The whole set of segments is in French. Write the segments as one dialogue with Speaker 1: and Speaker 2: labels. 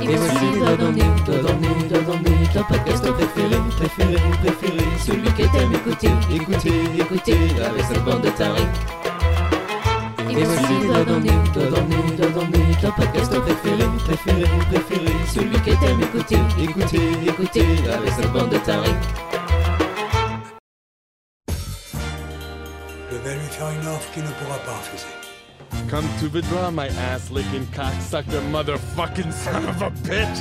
Speaker 1: Il me suffit de donner, de donner, de donner ton podcast préféré, préféré, préféré. Celui que t'aimes écouter, écouter, écouter avec cette bande de tarés. Il me suffit de donner, de donner, de donner ton podcast préféré, préféré, préféré. Celui que t'aimes écouter, écouter, écouter avec cette bande de tarés.
Speaker 2: Je vais lui faire une offre qu'il ne pourra pas refuser.
Speaker 3: Come to the draw, my ass licking cocksucker motherfucking son of a bitch!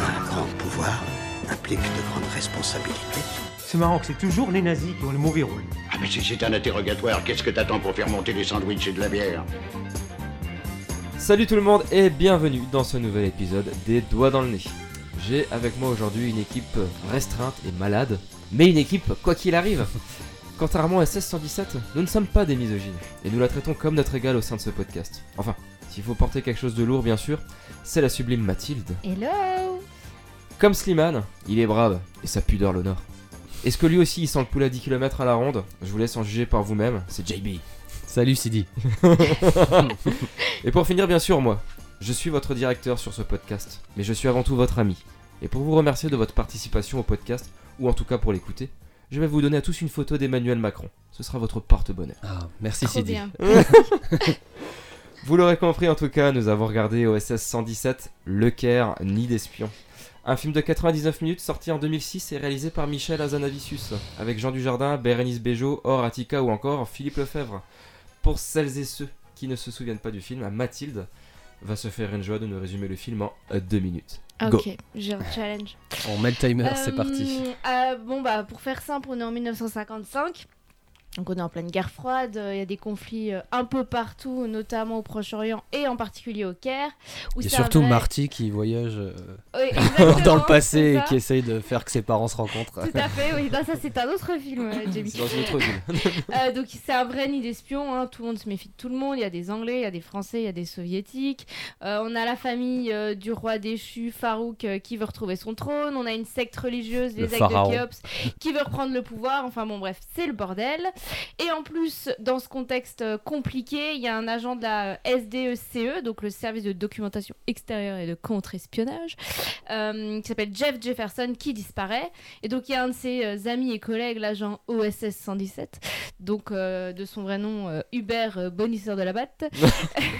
Speaker 4: Un grand pouvoir implique de grandes responsabilités.
Speaker 5: C'est marrant que c'est toujours les nazis qui ont le mauvais rôle.
Speaker 6: Ah mais si c'est un interrogatoire, qu'est-ce que t'attends pour faire monter des sandwichs et de la bière
Speaker 7: Salut tout le monde et bienvenue dans ce nouvel épisode des Doigts dans le nez. J'ai avec moi aujourd'hui une équipe restreinte et malade, mais une équipe quoi qu'il arrive. Contrairement à 1617, nous ne sommes pas des misogynes et nous la traitons comme notre égale au sein de ce podcast. Enfin, s'il faut porter quelque chose de lourd bien sûr, c'est la sublime Mathilde.
Speaker 8: Hello
Speaker 7: Comme Slimane, il est brave et sa pudeur l'honneur. Est-ce que lui aussi il sent le poulet à 10 km à la ronde Je vous laisse en juger par vous-même, c'est JB.
Speaker 9: Salut Sidi.
Speaker 7: Et pour finir, bien sûr, moi, je suis votre directeur sur ce podcast, mais je suis avant tout votre ami. Et pour vous remercier de votre participation au podcast, ou en tout cas pour l'écouter, je vais vous donner à tous une photo d'Emmanuel Macron. Ce sera votre porte-bonheur.
Speaker 9: Ah, merci
Speaker 8: Trop
Speaker 9: Sidi.
Speaker 8: bien.
Speaker 7: Vous l'aurez compris en tout cas, nous avons regardé OSS 117, Le Caire, Nid d'espions. Un film de 99 minutes sorti en 2006 et réalisé par Michel Azanavicius, avec Jean Dujardin, Bérénice Bejo, Or Attica ou encore Philippe Lefebvre. Pour celles et ceux qui ne se souviennent pas du film, Mathilde va se faire une joie de nous résumer le film en 2 minutes.
Speaker 8: Ah,
Speaker 7: Go.
Speaker 8: Ok, j'ai un challenge.
Speaker 9: On met le timer,
Speaker 8: Euh,
Speaker 9: c'est parti.
Speaker 8: euh, bon, bah, pour faire simple, on est en 1955. Donc, on est en pleine guerre froide. euh, Il y a des conflits euh, un peu partout, notamment au Proche-Orient et en particulier au Caire. où
Speaker 9: Et
Speaker 8: ça
Speaker 9: surtout
Speaker 8: va-
Speaker 9: Marty qui voyage euh,
Speaker 8: Oui, exactement,
Speaker 9: dans le passé
Speaker 8: c'est
Speaker 9: et
Speaker 8: ça.
Speaker 9: qui essaye de faire que ses parents se rencontrent.
Speaker 8: Tout à fait, oui. Non, ça, c'est un autre film, euh, Jamie.
Speaker 7: C'est dans une autre ville.
Speaker 8: Euh, donc c'est un vrai nid d'espions, hein. tout le monde se méfie de tout le monde, il y a des Anglais, il y a des Français, il y a des Soviétiques, Euh, on a la famille euh, du roi déchu, Farouk, euh, qui veut retrouver son trône, on a une secte religieuse,
Speaker 9: Le
Speaker 8: les actes
Speaker 9: pharaon.
Speaker 8: de Khéops, qui veut reprendre le pouvoir, enfin bon bref, c'est le bordel. Et en plus, dans ce contexte euh, compliqué, il y a un agent de la SDECE, E, donc le service de documentation extérieure et de contre-espionnage, euh, qui s'appelle Jeff Jefferson, qui disparaît. Et donc il y a un de ses euh, amis et collègues, l'agent OSS 117, donc euh, de son vrai nom euh, Hubert euh, Bonisseur de la Batte.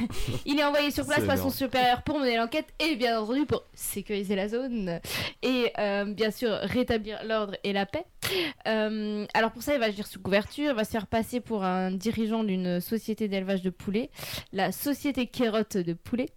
Speaker 8: il est envoyé sur place
Speaker 7: C'est
Speaker 8: par
Speaker 7: énorme.
Speaker 8: son supérieur pour mener l'enquête et bien entendu pour sécuriser la zone et euh, bien sûr rétablir l'ordre et la paix. Euh, alors pour ça, il va agir sous couverture, il va se faire passer pour un dirigeant d'une société d'élevage de poulets, la société Kérotte de poulets.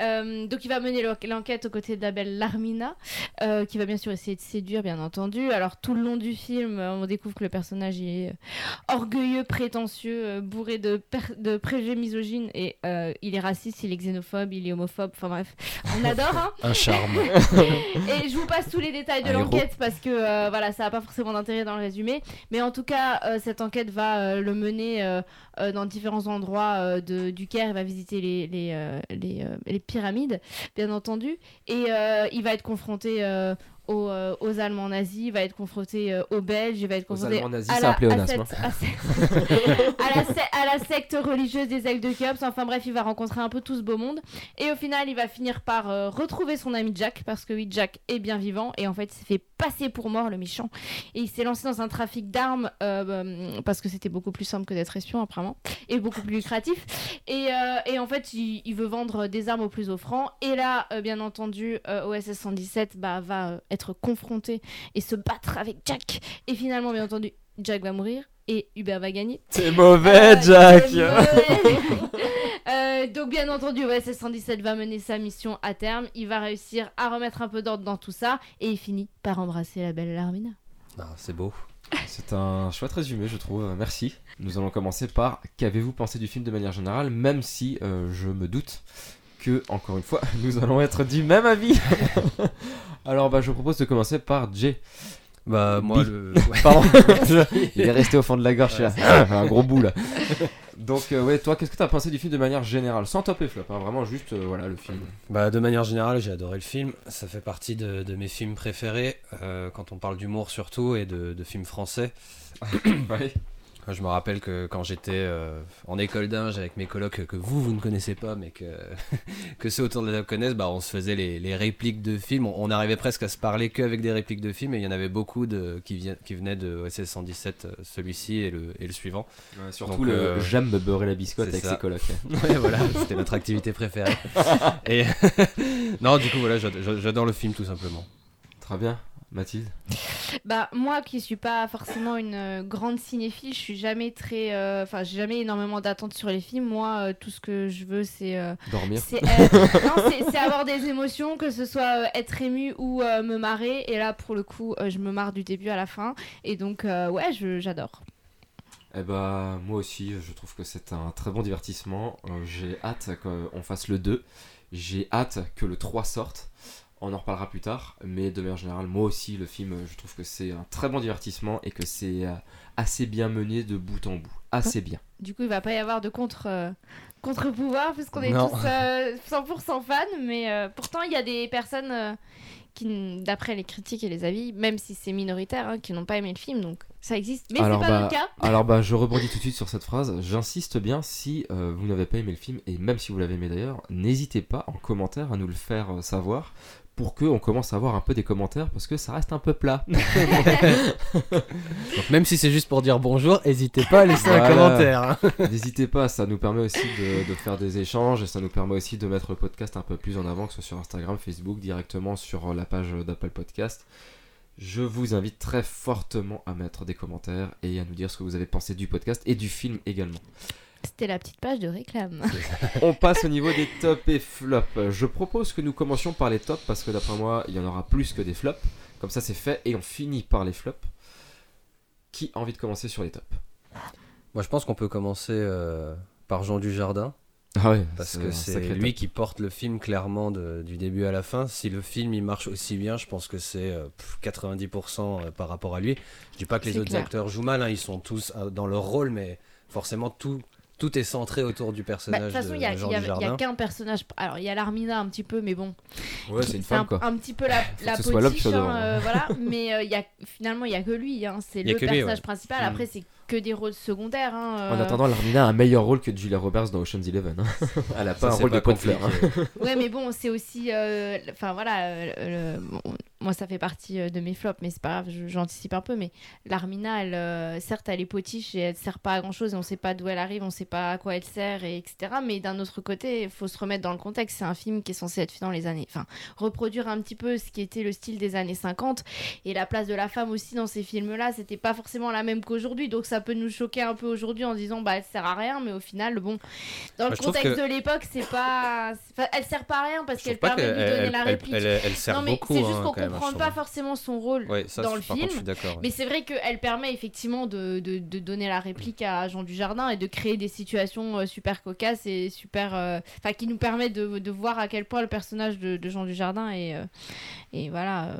Speaker 8: Euh, donc il va mener l'en- l'enquête aux côtés de la belle Larmina, euh, qui va bien sûr essayer de séduire, bien entendu. Alors tout le long du film, euh, on découvre que le personnage il est euh, orgueilleux, prétentieux, euh, bourré de, per- de préjugés misogynes, et euh, il est raciste, il est xénophobe, il est homophobe, enfin bref, on adore. Hein
Speaker 9: Un charme.
Speaker 8: et je vous passe tous les détails de
Speaker 7: Un héros.
Speaker 8: l'enquête parce que euh, voilà, ça n'a pas forcément d'intérêt dans le résumé. Mais en tout cas, euh, cette enquête va euh, le mener euh, euh, dans différents endroits euh, de, du Caire. Il va visiter les, les, euh, les, euh, les pyramides, bien entendu. Et euh, il va être confronté euh, aux, euh, aux Allemands nazis, il va être confronté euh, aux Belges, il va être
Speaker 7: Aux
Speaker 8: confronté
Speaker 7: Allemands nazis,
Speaker 8: à
Speaker 7: c'est
Speaker 8: la,
Speaker 7: un pléonasme. hein.
Speaker 8: à cette- à cette- à la sec- à la secte religieuse des ailes de Khéops. Enfin bref, il va rencontrer un peu tout ce beau monde. Et au final, il va finir par euh, retrouver son ami Jack, parce que oui, Jack est bien vivant. Et en fait, il s'est fait passer pour mort, le méchant. Et il s'est lancé dans un trafic d'armes, euh, bah, parce que c'était beaucoup plus simple que d'être espion, apparemment. Et beaucoup plus lucratif. Et, euh, et en fait, il, il veut vendre des armes au plus offrant. Et là, euh, bien entendu, euh, OSS 117 bah, va euh, être confronté et se battre avec Jack. Et finalement, bien entendu, Jack va mourir et Hubert va gagner.
Speaker 7: T'es
Speaker 8: Euh,
Speaker 7: mauvais,
Speaker 8: il
Speaker 7: Jack
Speaker 8: est mauvais. Euh, donc bien entendu, OSS 117 va mener sa mission à terme. Il va réussir à remettre un peu d'ordre dans tout ça et il finit par embrasser la belle Larmina.
Speaker 9: Ah, c'est beau.
Speaker 7: C'est un chouette résumé, je trouve. Euh, Merci. Nous allons commencer par qu'avez-vous pensé du film de manière générale, même si euh, je me doute que, encore une fois, nous allons être du même avis. Alors, bah, je vous propose de commencer par Jay.
Speaker 9: Bah moi
Speaker 7: Bi.
Speaker 9: le.
Speaker 7: Pardon, il est resté au fond de la gorge, là. un gros bout là. Donc, euh, ouais, toi, qu'est-ce que t'as pensé du film de manière générale Sans top et flop, hein, vraiment juste, euh, voilà, le film.
Speaker 9: Bah, de manière générale, j'ai adoré le film. Ça fait partie de, de mes films préférés, euh, quand on parle d'humour surtout et de, de films français.
Speaker 7: Ouais.
Speaker 9: Moi, je me rappelle que quand j'étais euh, en école d'inge avec mes colocs que vous, vous ne connaissez pas, mais que, que ceux autour de la table connaissent, bah, on se faisait les, les répliques de films. On, on arrivait presque à se parler qu'avec des répliques de films, et il y en avait beaucoup de, qui, vien- qui venaient de OSS 117, euh, celui-ci et le, et le suivant.
Speaker 7: surtout
Speaker 9: Donc,
Speaker 7: le
Speaker 9: euh,
Speaker 7: j'aime me beurrer la biscotte
Speaker 9: c'est
Speaker 7: avec
Speaker 9: ça.
Speaker 7: ses colocs.
Speaker 9: Ouais, voilà, c'était notre activité préférée. Et non, du coup, voilà, j'ad- j'ad- j'adore le film tout simplement.
Speaker 7: Très bien, Mathilde.
Speaker 8: Bah moi qui suis pas forcément une euh, grande cinéphile, je suis jamais très, euh, enfin j'ai jamais énormément d'attentes sur les films. Moi euh, tout ce que je veux c'est euh,
Speaker 7: Dormir.
Speaker 8: c'est être- non, c'est- c'est avoir des émotions, que ce soit euh, être ému ou euh, me marrer. Et là pour le coup euh, je me marre du début à la fin. Et donc euh, ouais je- j'adore.
Speaker 7: Eh bah, moi aussi, je trouve que c'est un très bon divertissement. Euh, J'ai hâte qu'on fasse le 2. J'ai hâte que le 3 sorte. On en reparlera plus tard. Mais de manière générale, moi aussi, le film, euh, je trouve que c'est un très bon divertissement et que c'est euh, assez bien mené de bout en bout. Assez bien.
Speaker 8: Du coup il va pas y avoir de contre euh, contre-pouvoir puisqu'on est
Speaker 9: Non.
Speaker 8: tous euh, 100% fans. Mais euh, pourtant il y a des personnes euh, qui n- d'après les critiques et les avis, même si c'est minoritaire, hein, qui n'ont pas aimé le film. Donc ça existe. Mais c'est pas
Speaker 7: Alors, bah,
Speaker 8: notre cas.
Speaker 7: Alors bah je rebondis tout de suite sur cette phrase. J'insiste bien, si euh, vous n'avez pas aimé le film, et même si vous l'avez aimé d'ailleurs, n'hésitez pas en commentaire à nous le faire euh, savoir pour qu'on commence à avoir un peu des commentaires parce que ça reste un peu plat.
Speaker 9: Donc, même si c'est juste pour dire bonjour, n'hésitez pas à laisser
Speaker 7: Voilà.
Speaker 9: un commentaire. hein.
Speaker 7: n'hésitez pas, ça nous permet aussi de, de faire des échanges et ça nous permet aussi de mettre le podcast un peu plus en avant, que ce soit sur Instagram, Facebook, directement sur euh, la page euh, d'Apple Podcast. Je vous invite très fortement à mettre des commentaires et à nous dire ce que vous avez pensé du podcast et du film également.
Speaker 8: C'était la petite page de réclame.
Speaker 7: On passe au niveau des tops et flops. Je propose que nous commencions par les tops parce que d'après moi, il y en aura plus que des flops. Comme ça, c'est fait et on finit par les flops. Qui a envie de commencer sur les tops
Speaker 9: Moi, je pense qu'on peut commencer euh, par Jean Dujardin,
Speaker 7: Ah ouais,
Speaker 9: parce que c'est lui qui porte le film clairement de- du début à la fin. Si le film il marche aussi bien, je pense que c'est euh, pff, 90% euh, par rapport à lui. Je dis pas que les
Speaker 8: C'est
Speaker 9: autres
Speaker 8: clair.
Speaker 9: acteurs jouent mal, hein, ils sont tous euh, dans leur rôle, mais forcément tout tout est centré autour du
Speaker 8: Bah, De toute
Speaker 9: personnage
Speaker 8: façon,
Speaker 9: de
Speaker 8: il y a,
Speaker 9: Jean
Speaker 8: il y a- il y a
Speaker 9: Dujardin.
Speaker 8: qu'un personnage. Alors, il y a l'Armina un petit peu, mais bon.
Speaker 7: Ouais, c'est une femme
Speaker 8: un,
Speaker 7: quoi.
Speaker 8: un petit peu la, la
Speaker 7: ce soit l'homme
Speaker 8: potiche,
Speaker 7: qui soit
Speaker 8: hein,
Speaker 7: devant.
Speaker 8: euh, voilà. Mais euh, il y a, finalement, il y a que lui. hein. C'est
Speaker 9: Il y a
Speaker 8: le
Speaker 9: que lui,
Speaker 8: personnage
Speaker 9: ouais.
Speaker 8: principal.
Speaker 9: Mm.
Speaker 8: Après, c'est que des rôles secondaires. hein, euh.
Speaker 7: En attendant, Larmina a un meilleur rôle que Julia Roberts dans Ocean's Eleven. hein. Elle a
Speaker 9: Ça,
Speaker 7: pas un
Speaker 9: c'est
Speaker 7: rôle de point de
Speaker 9: compliqué.
Speaker 7: fleur. hein.
Speaker 8: Ouais, mais bon, c'est aussi. euh, le- Enfin, voilà. euh, le- le- bon, moi, ça fait partie euh, de mes flops, mais c'est pas grave, je- j'anticipe un peu. Mais l'Armina, elle, euh, certes, elle est potiche et elle sert pas à grand chose. Et on sait pas d'où elle arrive, on sait pas à quoi elle sert, et etc. Mais d'un autre côté, il faut se remettre dans le contexte. C'est un film qui est censé être fait dans les années. Enfin, reproduire un petit peu ce qui était le style des années 50. Et la place de la femme aussi dans ces films-là, c'était pas forcément la même qu'aujourd'hui. Donc, ça peut nous choquer un peu aujourd'hui en disant, bah, elle sert à rien, mais au final, bon. Dans
Speaker 9: Bah,
Speaker 8: le
Speaker 9: je trouve
Speaker 8: contexte
Speaker 9: que-
Speaker 8: de l'époque, c'est pas. c'est pas- Elle sert pas à rien parce
Speaker 9: Je trouve
Speaker 8: qu'elle
Speaker 9: pas
Speaker 8: permet de lui donner
Speaker 9: qu'elle
Speaker 8: la
Speaker 9: elle-
Speaker 8: réplique.
Speaker 9: elle- elle- elle sert
Speaker 8: non, mais
Speaker 9: beaucoup.
Speaker 8: c'est juste
Speaker 9: hein,
Speaker 8: qu'on
Speaker 9: quand même,
Speaker 8: comprend
Speaker 9: je
Speaker 8: pas
Speaker 9: trouve.
Speaker 8: forcément son rôle.
Speaker 9: Ouais, ça,
Speaker 8: dans
Speaker 9: je-
Speaker 8: le
Speaker 9: par contre,
Speaker 8: film,
Speaker 9: je suis d'accord. ouais.
Speaker 8: Mais c'est vrai qu'elle permet effectivement de, de- de donner la réplique à Jean Dujardin et de créer des situations euh, super cocasses et super. euh, Enfin, qui nous permet de, de voir à quel point le personnage de, de Jean Dujardin est. euh, et voilà. euh,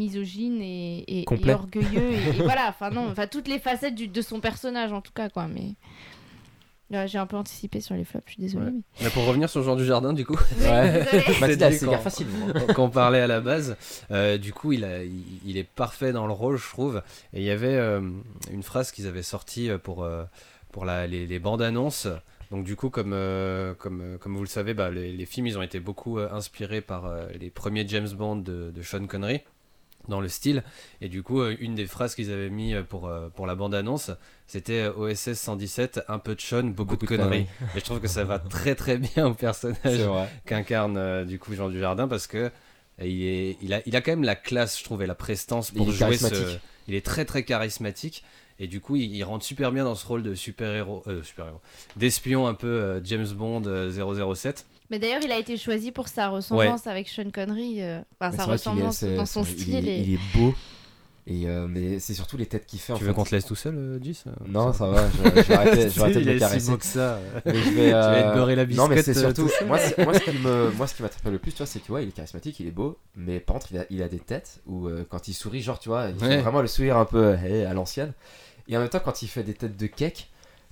Speaker 8: misogyne et, et- et
Speaker 7: Complet.
Speaker 8: orgueilleux et, et voilà enfin non enfin toutes les facettes du- de son personnage en tout cas quoi mais Ouais, j'ai un peu anticipé sur les flops je suis désolée
Speaker 9: Ouais.
Speaker 8: mais-
Speaker 9: Mais pour revenir sur Jean Dujardin, du coup, Bah,
Speaker 8: Oui,
Speaker 7: Ouais. Mathilde,
Speaker 8: désolée.
Speaker 9: C'est
Speaker 7: elle
Speaker 9: du
Speaker 7: s'égare
Speaker 9: con.
Speaker 7: facilement. hein.
Speaker 9: qu'on parlait à la base, euh, du coup, il, a- il- il est parfait dans le rôle, je trouve. Et il y avait euh, une phrase qu'ils avaient sortie euh, pour, euh, pour la- les, les bandes annonces. Donc, du coup, comme, euh, comme, euh, comme vous le savez, bah, les, les films, ils ont été beaucoup euh, inspirés par euh, les premiers James Bond de, de Sean Connery dans le style. Et du coup, euh, une des phrases qu'ils avaient mis euh, pour, euh, pour la bande annonce, c'était euh, OSS 117, un peu de Sean, beaucoup, de conneries. Et je trouve que ça va très très bien au personnage
Speaker 7: vrai.
Speaker 9: qu'incarne euh, du coup Jean Dujardin parce que euh, il, est, il, a, il a quand même la classe, je trouve, et la prestance pour
Speaker 7: Il est
Speaker 9: jouer ce.
Speaker 7: charismatique.
Speaker 9: Il est très très charismatique et du coup il, il rentre super bien dans ce rôle de super-héros, euh, super-héros, d'espion un peu euh, James Bond euh, 007.
Speaker 8: Mais d'ailleurs, il a été choisi pour sa ressemblance avec Sean Connery. euh, Enfin, sa ressemblance dans son style.
Speaker 7: Il est,
Speaker 8: et-
Speaker 7: il est beau. Et, euh, mais c'est surtout les têtes qu'il fait en
Speaker 9: Tu veux
Speaker 7: fait.
Speaker 9: qu'on te laisse tout seul, euh, Gis
Speaker 7: Non, ça va, je, je vais arrêter, je vais arrêter
Speaker 9: Il
Speaker 7: de
Speaker 9: est si
Speaker 7: le caresser.
Speaker 9: beau que ça.
Speaker 7: Mais je vais,
Speaker 9: vas
Speaker 7: euh,
Speaker 9: te beurrer la
Speaker 7: Non, mais
Speaker 9: biscotte,
Speaker 7: c'est
Speaker 9: euh,
Speaker 7: surtout.
Speaker 9: tout seul.
Speaker 7: Moi, c'est- moi, ce qui me- moi, ce qui m'attrape le plus, tu vois, c'est que tu vois, il est charismatique, il est beau, mais par contre, il a, il a des têtes où euh, quand il sourit, genre, tu vois, il fait
Speaker 9: Ouais.
Speaker 7: eh, vraiment le sourire un peu euh, hey, à l'ancienne. Et en même temps, quand il fait des têtes de cake,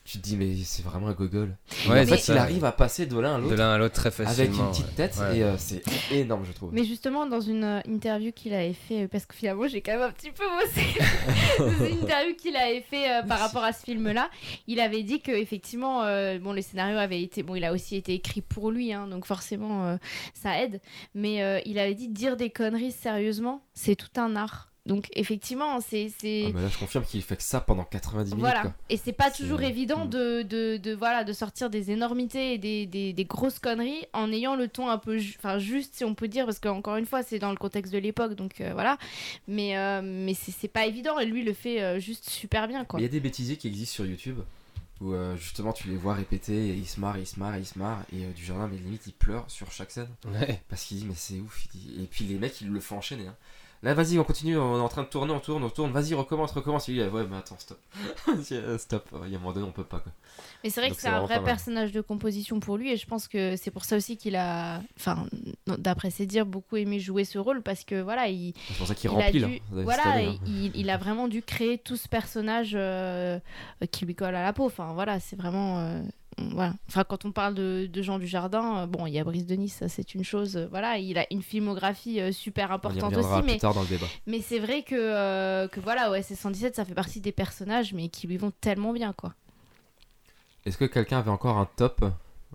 Speaker 7: Tu te dis, mais c'est vraiment un gogol.
Speaker 9: Ouais, c'est
Speaker 7: en fait,
Speaker 9: ça,
Speaker 7: il
Speaker 9: ouais.
Speaker 7: arrive à passer de l'un à
Speaker 9: de
Speaker 7: l'autre
Speaker 9: l'un à l'autre très facilement.
Speaker 7: avec une petite
Speaker 9: ouais.
Speaker 7: tête
Speaker 9: Ouais.
Speaker 7: et euh, c'est énorme, je trouve.
Speaker 8: Mais justement, dans une euh, interview qu'il avait fait, euh, parce que finalement j'ai quand même un petit peu bossé, dans une interview qu'il avait fait euh, par rapport à ce film-là, il avait dit que effectivement, euh, bon, le scénario avait été, bon, il a aussi été écrit pour lui, hein, donc forcément euh, ça aide, mais euh, il avait dit dire des conneries sérieusement, c'est tout un art. Donc effectivement, c'est c'est
Speaker 7: Ah, mais là, je confirme qu'il fait que ça pendant 90 minutes.
Speaker 8: voilà,
Speaker 7: quoi.
Speaker 8: et c'est pas
Speaker 7: C'est-
Speaker 8: toujours évident
Speaker 7: Mm.
Speaker 8: de, de, de, voilà, de sortir des énormités et des, des, des grosses conneries en ayant le ton un peu ju- enfin, juste, si on peut dire, parce qu'encore une fois, c'est dans le contexte de l'époque, donc euh, voilà. Mais, euh, mais c'est c'est pas évident, et lui il le fait euh, juste super bien, quoi.
Speaker 7: Mais Il y a des bêtisiers qui existent sur YouTube où euh, justement tu les vois répéter et ils se marrent, ils se marrent, ils se marrent et euh, du jardin, mais limite il pleure sur chaque scène
Speaker 9: Ouais.
Speaker 7: parce qu'il dit mais c'est ouf. il dit- Et puis les mecs ils le font enchaîner. hein. Là vas-y on continue, on est en train de tourner, on tourne, on tourne, vas-y recommence, recommence. Il dit ah, ouais mais attends stop, Il dit, ah, stop, il y a un moment donné on peut pas quoi.
Speaker 8: Mais c'est vrai
Speaker 7: Donc
Speaker 8: que
Speaker 7: c'est
Speaker 8: c'est un
Speaker 7: vraiment pas
Speaker 8: vrai
Speaker 7: mal.
Speaker 8: personnage de composition pour lui et je pense que c'est pour ça aussi qu'il a, enfin, non, d'après ses dires, beaucoup aimé jouer ce rôle parce que voilà, il,
Speaker 7: C'est pour ça qu'il
Speaker 8: il a
Speaker 7: remplit là.
Speaker 8: dû-
Speaker 7: cette
Speaker 8: voilà,
Speaker 7: année, hein.
Speaker 8: il, il a vraiment dû créer tout ce personnage euh, euh, qui lui colle à la peau. Enfin voilà, c'est vraiment euh, voilà. Enfin quand on parle de, de Jean du Jardin, euh, bon il y a Brice Denis, ça c'est une chose. euh, voilà, il a une filmographie euh, super
Speaker 7: On y
Speaker 8: importante
Speaker 7: reviendra
Speaker 8: aussi,
Speaker 7: plus
Speaker 8: mais,
Speaker 7: tard dans le débat.
Speaker 8: mais c'est vrai que euh, que voilà, ouais, c'est 117, ça fait partie des personnages, mais qui lui vont tellement bien quoi.
Speaker 7: Est-ce que quelqu'un avait encore un top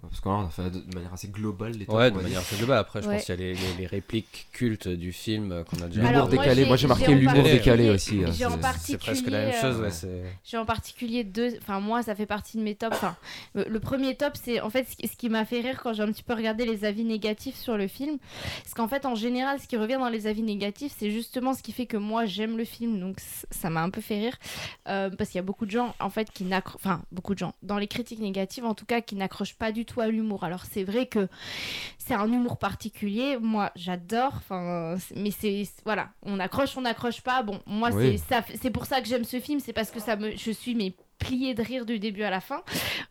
Speaker 7: Parce que là on a fait de de manière assez globale les tops.
Speaker 9: Ouais, de
Speaker 7: on va dire.
Speaker 9: manière assez globale. Après, je
Speaker 8: Ouais.
Speaker 9: pense qu'il y a les, les- les répliques cultes du film euh, qu'on a déjà.
Speaker 7: L'humour
Speaker 8: Alors, moi,
Speaker 7: décalé, moi j'ai marqué
Speaker 8: en
Speaker 7: l'humour
Speaker 9: particulier-
Speaker 7: décalé aussi. euh,
Speaker 8: J'ai en euh,
Speaker 7: c'est-
Speaker 8: partie-
Speaker 9: C'est presque la même chose, ouais.
Speaker 7: particulier,
Speaker 9: c'est-
Speaker 8: J'ai en particulier deux. Enfin, moi, ça fait partie de mes tops. Enfin, le le premier top, c'est en fait ce qui- ce qui m'a fait rire quand j'ai un petit peu regardé les avis négatifs sur le film. Parce qu'en fait, en général, ce qui revient dans les avis négatifs, c'est justement ce qui fait que moi, j'aime le film. Donc, c- ça m'a un peu fait rire. Euh, parce qu'il y a beaucoup de gens, en fait, qui n'accrochent. Enfin, beaucoup de gens, dans les critiques négatives, en tout cas, qui n'accrochent pas du tout à l'humour. Alors, c'est vrai que c'est un humour particulier. Moi, j'adore. Enfin, c'est- mais c'est voilà, on accroche, on n'accroche pas. Bon, moi,
Speaker 7: Oui.
Speaker 8: c'est ça, c'est pour ça que j'aime ce film. C'est parce que ça me, je suis mais pliée de rire du début à la fin.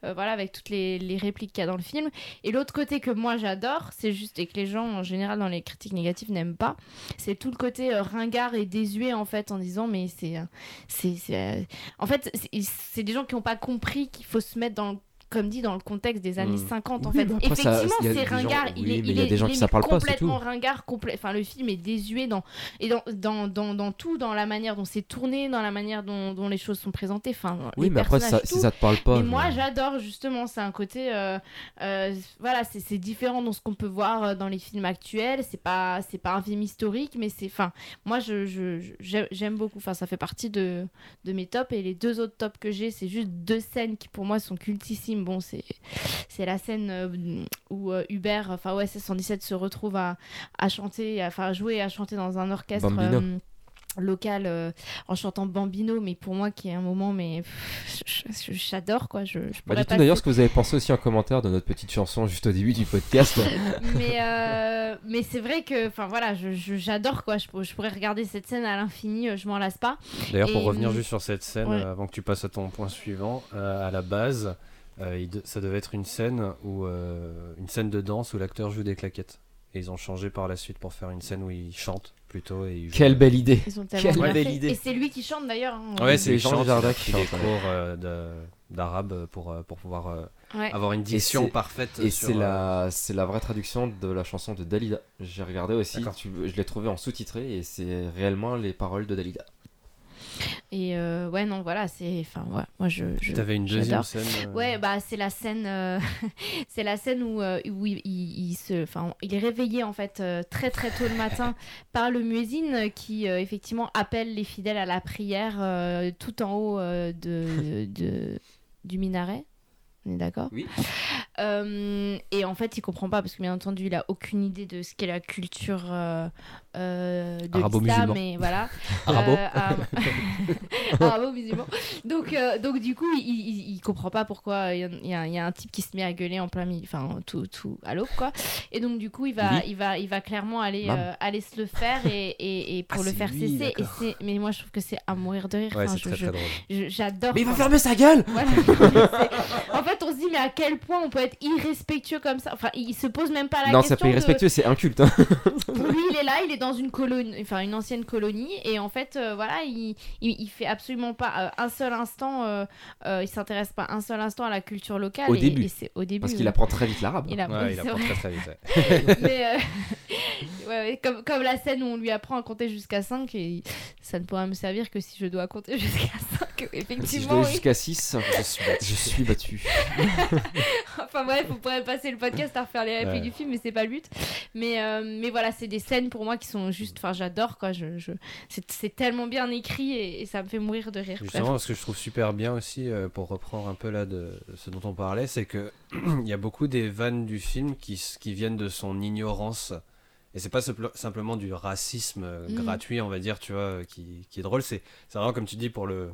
Speaker 8: Euh, voilà, avec toutes les, les répliques qu'il y a dans le film. Et l'autre côté que moi j'adore, c'est juste et que les gens en général dans les critiques négatives n'aiment pas, c'est tout le côté euh, ringard et désuet en fait, en disant mais c'est, euh, c'est, c'est, euh, en fait, c'est- c'est des gens qui n'ont pas compris qu'il faut se mettre dans le- comme dit dans le contexte des années
Speaker 9: Mm.
Speaker 8: 50 en
Speaker 7: Oui,
Speaker 8: fait.
Speaker 7: mais après, ça-
Speaker 8: Effectivement,
Speaker 7: il y a
Speaker 8: c'est
Speaker 7: des gens-
Speaker 8: ringard,
Speaker 7: oui,
Speaker 8: il est,
Speaker 7: mais
Speaker 8: il
Speaker 7: il y a
Speaker 8: est-
Speaker 7: des gens
Speaker 8: il
Speaker 7: qui
Speaker 8: est
Speaker 7: ça parle pas, c'est
Speaker 8: complètement
Speaker 7: tout.
Speaker 8: ringard, complè- enfin le film est désuet dans et dans dans, dans, dans tout, dans la manière dont c'est tourné, dans la manière dont, dont les choses sont présentées, enfin
Speaker 7: Oui,
Speaker 8: les
Speaker 7: mais après, ça,
Speaker 8: personnages,
Speaker 7: si
Speaker 8: tout.
Speaker 7: ça te parle pas.
Speaker 8: Mais moi,
Speaker 7: je-
Speaker 8: j'adore justement. C'est un côté, euh, euh, voilà, c'est c'est différent de ce qu'on peut voir euh, dans les films actuels. C'est pas, c'est pas un film historique, mais c'est, enfin, moi, je, je- je- j'ai- j'aime beaucoup. Enfin, ça fait partie de, de mes tops. Et les deux autres tops que j'ai, c'est juste deux scènes qui pour moi sont cultissimes. Bon, c'est, c'est la scène euh, où euh, Hubert, enfin ouais, 117 se retrouve à, à chanter, à- enfin à jouer, et à chanter dans un orchestre.
Speaker 7: Bambino.
Speaker 8: euh, local euh, en chantant Bambino mais pour moi qui est un moment mais pff, je- je- j'adore quoi je, je
Speaker 7: Bah,
Speaker 8: pourrais
Speaker 7: dites-nous
Speaker 8: pas-
Speaker 7: d'ailleurs ce que vous avez pensé aussi en commentaire de notre petite chanson juste au début du podcast.
Speaker 8: mais euh, mais c'est vrai que enfin voilà je- je- j'adore quoi je, pour- je pourrais regarder cette scène à l'infini euh, je m'en lasse pas
Speaker 9: D'ailleurs, pour
Speaker 8: Et,
Speaker 9: revenir
Speaker 8: hum,
Speaker 9: juste sur cette scène,
Speaker 8: ouais.
Speaker 9: euh, avant que tu passes à ton point suivant, euh, à la base, euh, il de- ça devait être une scène où euh, une scène de danse où l'acteur joue des claquettes. Et ils ont changé par la suite pour faire une scène où il chante plutôt et il joue.
Speaker 7: Quelle belle idée!
Speaker 8: ils ont tellement
Speaker 7: Quelle
Speaker 8: bien
Speaker 7: belle
Speaker 8: fait.
Speaker 7: idée.
Speaker 8: et c'est lui qui chante d'ailleurs hein.
Speaker 9: Ouais, c'est
Speaker 7: Les
Speaker 9: les
Speaker 7: gens
Speaker 9: gens
Speaker 7: de Jardac qui
Speaker 9: qui des
Speaker 7: chantent,
Speaker 9: cours
Speaker 7: ouais.
Speaker 9: euh, de- d'arabe pour, euh, pour pouvoir euh,
Speaker 7: Ah
Speaker 8: Ouais.
Speaker 9: avoir une diction
Speaker 7: c'est-
Speaker 9: parfaite.
Speaker 7: Et
Speaker 9: sur,
Speaker 7: c'est
Speaker 9: euh,
Speaker 7: la, c'est la vraie traduction de la chanson de Dalida. J'ai regardé aussi,
Speaker 9: D'accord.
Speaker 7: tu- je l'ai trouvé en sous-titré et c'est réellement les paroles de Dalida.
Speaker 8: et euh, ouais non voilà c'est enfin ouais, moi je, je-
Speaker 9: T'avais une deuxième
Speaker 8: j'adore.
Speaker 9: scène. euh,
Speaker 8: Ouais, bah c'est la scène, euh, c'est la scène où, euh, où il, il- il se, enfin, il est réveillé en fait euh, très très tôt le matin par le muezzin euh, qui euh, effectivement appelle les fidèles à la prière euh, tout en haut euh, de, de- du minaret. On est d'accord
Speaker 7: Oui.
Speaker 8: Euh, et en fait, il comprend pas parce que bien entendu, il a aucune idée de ce qu'est la culture euh, euh, de l'islam.
Speaker 9: Arabo-musulman.
Speaker 8: Mais voilà.
Speaker 7: Arabo.
Speaker 8: Euh, ah, ar- Arabo-musulman. Donc, euh, donc du coup, il, il, il comprend pas pourquoi il y, a- il y a- il y a un type qui se met à gueuler en plein milieu, enfin tout, tout à l'aube quoi. Et donc du coup, il va,
Speaker 7: Lui.
Speaker 8: il va, il va clairement aller,
Speaker 7: Mam.
Speaker 8: euh, aller se le faire et, et, et pour
Speaker 9: Ah,
Speaker 8: le
Speaker 9: c'est
Speaker 8: faire
Speaker 9: lui,
Speaker 8: cesser. Et
Speaker 9: d'accord.
Speaker 8: c'est, mais moi je trouve que c'est à mourir de rire.
Speaker 9: Ouais,
Speaker 8: Enfin,
Speaker 9: c'est
Speaker 8: je-
Speaker 9: très
Speaker 8: je-
Speaker 9: très drôle.
Speaker 8: je- j'adore.
Speaker 7: Mais il va
Speaker 8: quand-
Speaker 7: fermer sa gueule!
Speaker 8: Voilà. C'est- en fait, fait, on se dit, mais à quel point on peut être irrespectueux comme ça Enfin, il se pose même pas Ah, la
Speaker 10: Non,
Speaker 8: question.
Speaker 10: c'est pas irrespectueux, c'est inculte. hein.
Speaker 8: de- Lui, il est là, il est dans une colonie, enfin une ancienne colonie, et en fait, euh, voilà, il, il, il fait absolument pas euh, un seul instant, euh, euh, il s'intéresse pas un seul instant à la culture locale.
Speaker 10: Au
Speaker 8: et-
Speaker 10: début.
Speaker 8: et c'est au début.
Speaker 10: Parce
Speaker 8: oui.
Speaker 10: qu'il apprend très vite l'arabe.
Speaker 8: Il apprend,
Speaker 9: Ouais, il
Speaker 8: c'est
Speaker 9: apprend
Speaker 8: vrai.
Speaker 9: très très vite. ouais.
Speaker 8: Mais euh, ouais, ouais, comme, comme la scène où on lui apprend à compter jusqu'à 5, et ça ne pourra me servir que si je dois compter jusqu'à 5.
Speaker 10: Si je
Speaker 8: Effectivement,
Speaker 10: vais
Speaker 8: oui.
Speaker 10: jusqu'à 6, je suis battu. Je suis battu.
Speaker 8: Enfin bref, on pourrait passer le podcast à refaire les répliques
Speaker 9: Ouais.
Speaker 8: du film, mais c'est pas le but. Mais, euh, mais voilà, c'est des scènes pour moi qui sont juste. Enfin, j'adore quoi. Je, je... C'est, c'est tellement bien écrit et, et ça me fait mourir de rire.
Speaker 9: Justement, ce que je trouve super bien aussi, euh, pour reprendre un peu là de ce dont on parlait, c'est que il y a beaucoup des vannes du film qui, s- qui viennent de son ignorance. Et c'est pas simple- simplement du racisme euh,
Speaker 8: Mm.
Speaker 9: gratuit, on va dire, tu vois, euh, qui, qui est drôle. C'est c'est vraiment comme tu dis pour le.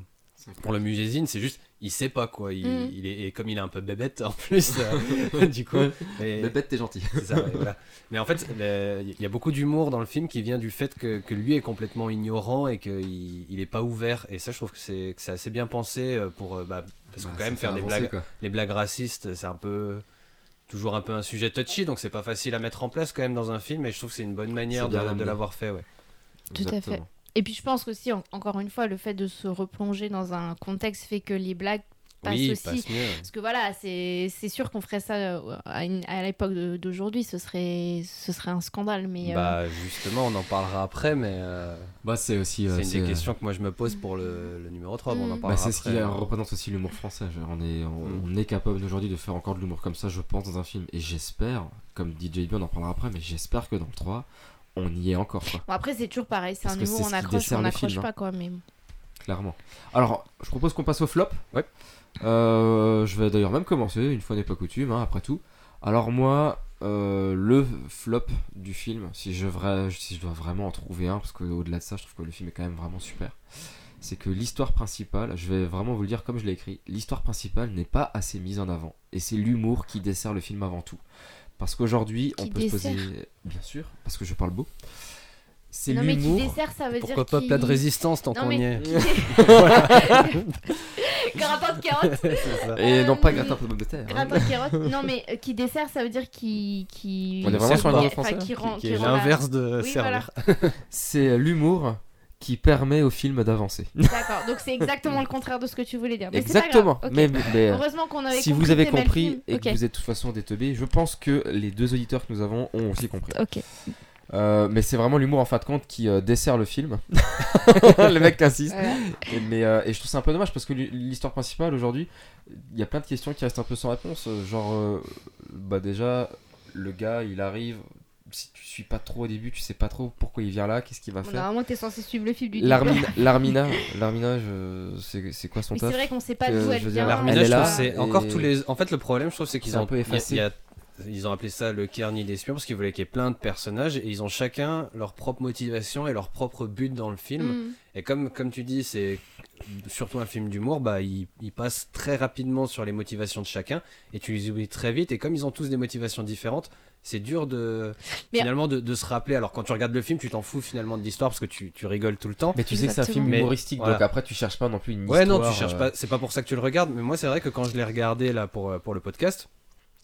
Speaker 9: Pour le musésine, c'est juste, il sait pas quoi. Il,
Speaker 8: Mm.
Speaker 9: il est, et comme il est un peu bébête en plus, euh, du coup. et-
Speaker 10: Bête, t'es gentil.
Speaker 9: c'est ça, ouais, voilà. Mais en fait, le- il y a beaucoup d'humour dans le film qui vient du fait que, que lui est complètement ignorant et qu'il n'est pas ouvert. Et ça, je trouve que c'est que c'est assez bien pensé euh, pour. euh, bah, parce que quand même, faire des blagues, les blagues racistes, c'est un peu. Toujours un peu un sujet touchy, donc c'est pas facile à mettre en place quand même dans un film. Et je trouve que c'est une bonne manière
Speaker 10: C'est bien
Speaker 9: de, de
Speaker 10: amené.
Speaker 9: l'avoir fait, ouais.
Speaker 8: Tout à fait. Et puis je pense aussi, en- encore une fois, le fait de se replonger dans un contexte fait que les blagues passent
Speaker 9: oui,
Speaker 8: aussi.
Speaker 9: passe mieux.
Speaker 8: Parce que voilà, c'est c'est sûr qu'on ferait ça euh, à, une- à l'époque de- d'aujourd'hui, ce serait, ce serait un scandale. Mais euh,
Speaker 9: Bah justement, on en parlera après, mais euh,
Speaker 7: Bah, c'est aussi. euh,
Speaker 9: c'est une
Speaker 7: euh,
Speaker 9: des questions que moi je me pose pour le, le numéro 3, mais on en
Speaker 8: Mm.
Speaker 9: parlera
Speaker 7: Bah, c'est ce
Speaker 9: après. hein.
Speaker 7: qui euh, représente aussi l'humour français. Je veux dire, on est, on, on est capable aujourd'hui de faire encore de l'humour comme ça, je pense, dans un film. Et j'espère, comme dit JB, on en parlera après, mais j'espère que dans le 3, on y est encore, quoi,
Speaker 8: bon, après, c'est toujours pareil, c'est
Speaker 7: Parce
Speaker 8: un
Speaker 7: que
Speaker 8: humour,
Speaker 7: c'est ce
Speaker 8: on
Speaker 7: qui
Speaker 8: accroche,
Speaker 7: dessert
Speaker 8: on
Speaker 7: le
Speaker 8: n'accroche
Speaker 7: film, hein.
Speaker 8: pas quoi. Mais...
Speaker 7: clairement. Alors, je propose qu'on passe au flop.
Speaker 9: Ouais.
Speaker 7: Euh, je vais d'ailleurs même commencer, une fois n'est pas coutume, hein, après tout. Alors, moi, euh, le flop du film, si je, vra- si je dois vraiment en trouver un, parce qu'au-delà de ça, je trouve que le film est quand même vraiment super. c'est que l'histoire principale, je vais vraiment vous le dire comme je l'ai écrit, l'histoire principale n'est pas assez mise en avant. Et c'est l'humour qui dessert le film avant tout. Parce qu'aujourd'hui,
Speaker 8: Qui
Speaker 7: on peut se poser. Bien sûr, parce que je parle beau. C'est
Speaker 8: Non, mais qui
Speaker 7: l'humour.
Speaker 8: dessert, ça veut
Speaker 9: Pourquoi
Speaker 8: dire.
Speaker 9: pas
Speaker 8: qu'il-
Speaker 9: pas de résistance tant
Speaker 8: Non,
Speaker 9: qu'on y
Speaker 8: mais
Speaker 9: est
Speaker 8: qui Gratin de carotte.
Speaker 9: C'est ça.
Speaker 7: Et non, pas
Speaker 8: Euh,
Speaker 7: gratin pour pomme de terre. hein.
Speaker 8: Gratin de carotte. Non, mais euh, qui dessert, ça veut dire qui. qui...
Speaker 7: On est vraiment sur un
Speaker 8: qui-
Speaker 7: humour
Speaker 8: enfin,
Speaker 7: français, hein.
Speaker 8: qui rend.
Speaker 9: qui est
Speaker 8: rend la-
Speaker 9: l'inverse de
Speaker 8: Oui,
Speaker 9: servir.
Speaker 7: C'est l'humour qui permet au film d'avancer.
Speaker 8: D'accord, donc c'est exactement le contraire de ce que tu voulais dire. Mais c'est pas grave,
Speaker 7: Exactement.
Speaker 8: ok.
Speaker 7: Mais, mais- euh,
Speaker 8: Heureusement qu'on avait
Speaker 7: si
Speaker 8: compris
Speaker 7: vous avez
Speaker 8: t'aimais le
Speaker 7: compris
Speaker 8: film.
Speaker 7: et que
Speaker 8: Ok.
Speaker 7: vous êtes de toute façon des teubés, je pense que les deux auditeurs que nous avons ont aussi compris.
Speaker 8: Ok.
Speaker 7: Euh, mais c'est vraiment l'humour en fin de compte qui euh, dessert le film. le mec insiste.
Speaker 8: Voilà.
Speaker 7: Et, mais, euh, et je trouve ça un peu dommage parce que l'hi- l'histoire principale aujourd'hui, il y a plein de questions qui restent un peu sans réponse. euh, Genre, euh, bah déjà, le gars, il arrive. Si tu suis pas trop au début, tu sais pas trop pourquoi il vient là, qu'est-ce qu'il va
Speaker 8: Bon,
Speaker 7: faire.
Speaker 8: Normalement, t'es censé suivre le fil du début.
Speaker 7: L'Armina, L'Armina, l'Armina, je- c'est c'est quoi son
Speaker 8: Mais c'est
Speaker 7: taf
Speaker 8: vrai qu'on sait pas
Speaker 7: Euh,
Speaker 8: d'où
Speaker 7: je
Speaker 8: elle
Speaker 7: veux
Speaker 8: vient.
Speaker 7: dire,
Speaker 9: L'armina,
Speaker 7: Elle est
Speaker 9: je
Speaker 7: là,
Speaker 9: trouve, c'est
Speaker 7: et-
Speaker 9: encore tous les. En fait, le problème, je trouve, c'est qu'ils
Speaker 7: C'est
Speaker 9: ont
Speaker 7: un peu
Speaker 9: il y a-
Speaker 7: effacé.
Speaker 9: il y a- Ils ont appelé ça le carnet des espions parce qu'ils voulaient qu'il y ait plein de personnages et ils ont chacun leur propre motivation et leur propre but dans le film.
Speaker 8: Mm.
Speaker 9: Et comme, comme tu dis, c'est surtout un film d'humour, bah, ils, ils passent très rapidement sur les motivations de chacun et tu les oublies très vite. Et comme ils ont tous des motivations différentes, c'est dur de
Speaker 8: Mais-
Speaker 9: finalement de, de se rappeler. Alors quand tu regardes le film, tu t'en fous finalement de l'histoire parce que tu, tu rigoles tout le temps.
Speaker 7: Mais tu sais que c'est un
Speaker 8: Exactement.
Speaker 7: film
Speaker 9: Mais
Speaker 7: humoristique,
Speaker 9: voilà.
Speaker 7: donc après tu cherches pas non plus une
Speaker 9: Ouais,
Speaker 7: histoire.
Speaker 9: non, tu cherches
Speaker 7: euh,
Speaker 9: pas. C'est pas pour ça que tu le regardes. Mais moi, c'est vrai que quand je l'ai regardé là pour, euh, pour le podcast,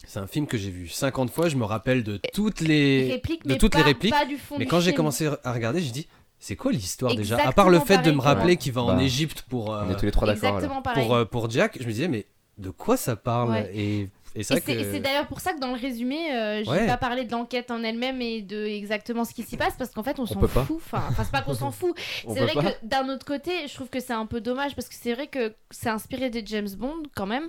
Speaker 9: c'est un film que j'ai vu 50 fois. Je me rappelle de toutes les.
Speaker 8: Réplique,
Speaker 9: de
Speaker 8: mais
Speaker 9: toutes les
Speaker 8: pas-
Speaker 9: répliques.
Speaker 8: pas du fond
Speaker 9: Mais
Speaker 8: du
Speaker 9: quand j'ai
Speaker 8: film.
Speaker 9: commencé à regarder, j'ai dit, c'est quoi l'histoire déjà À part le
Speaker 8: Exactement
Speaker 9: fait de me
Speaker 8: pareil,
Speaker 9: rappeler qu'il va en
Speaker 7: Bah,
Speaker 9: Égypte pour, euh,
Speaker 7: On est tous les trois d'accord. alors.
Speaker 8: Exactement pareil.
Speaker 9: pour, euh, pour Jack, je me disais, mais de quoi ça parle
Speaker 8: Ouais.
Speaker 9: Et, et c'est
Speaker 8: Et
Speaker 9: vrai
Speaker 8: c'est et c'est
Speaker 9: que.
Speaker 8: d'ailleurs pour ça que dans le résumé, euh, j'ai
Speaker 9: Ouais.
Speaker 8: pas parlé de l'enquête en elle-même et de exactement ce qui s'y passe parce qu'en fait on s'en
Speaker 7: peut pas.
Speaker 8: fout. Enfin, enfin, c'est pas qu'on s'en fout.
Speaker 7: On
Speaker 8: C'est
Speaker 7: peut
Speaker 8: vrai
Speaker 7: pas.
Speaker 8: que d'un autre côté, je trouve que c'est un peu dommage parce que c'est vrai que c'est inspiré des James Bond quand même.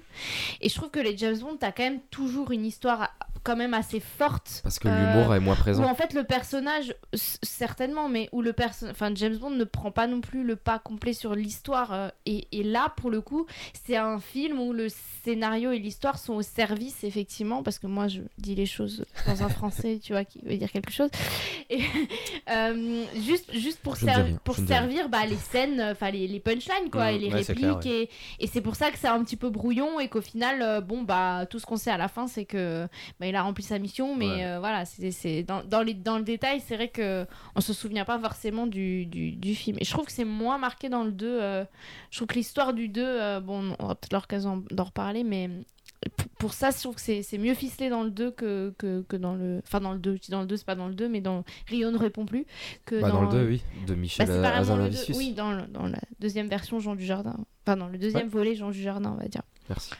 Speaker 8: Et je trouve que les James Bond, t'as quand même toujours une histoire à- quand même assez forte.
Speaker 7: Parce que
Speaker 8: Euh,
Speaker 7: l'humour est moins
Speaker 8: Où
Speaker 7: présent.
Speaker 8: en fait le personnage, c- certainement, mais où le personnage, enfin James Bond ne prend pas non plus le pas complet sur l'histoire. euh, et, et là, pour le coup, c'est un film où le scénario et l'histoire sont au service, effectivement, parce que moi je dis les choses dans un français, tu vois, qui veut dire quelque chose. Et, euh, juste, juste pour,
Speaker 7: Je ne dis
Speaker 8: servi-
Speaker 7: rien,
Speaker 8: pour
Speaker 7: je ne dis
Speaker 8: servir bah, les scènes, enfin les, les punchlines, quoi,
Speaker 9: Mhm,
Speaker 8: et les
Speaker 9: ouais, c'est
Speaker 8: répliques.
Speaker 9: clair,
Speaker 8: Et, et c'est pour ça que c'est un petit peu brouillon et qu'au final, euh, bon, bah, tout ce qu'on sait à la fin, c'est que bah, il a rempli sa mission, mais
Speaker 9: Ouais.
Speaker 8: euh, voilà, c'est c'est- dans, dans, les, dans le détail, c'est vrai que on se souvient pas forcément du, du, du film. Et je trouve que c'est moins marqué dans le 2. euh, je trouve que l'histoire du 2, euh, bon, on aura peut-être l'occasion d'en reparler, mais p- pour ça, je trouve que c'est c'est mieux ficelé dans le 2 que, que, que dans le. Enfin, dans le 2, je dis dans le 2, c'est pas dans le 2, mais dans Rio ne répond plus. Que
Speaker 7: Bah, dans le 2, oui. De
Speaker 8: Bah,
Speaker 7: Michel
Speaker 8: c'est pas vraiment le deux-
Speaker 7: Hazanavicius.
Speaker 8: Oui, dans, le- dans la deuxième version, Jean Dujardin. Enfin, dans le deuxième volet, Jean Dujardin, on va dire.
Speaker 7: Merci.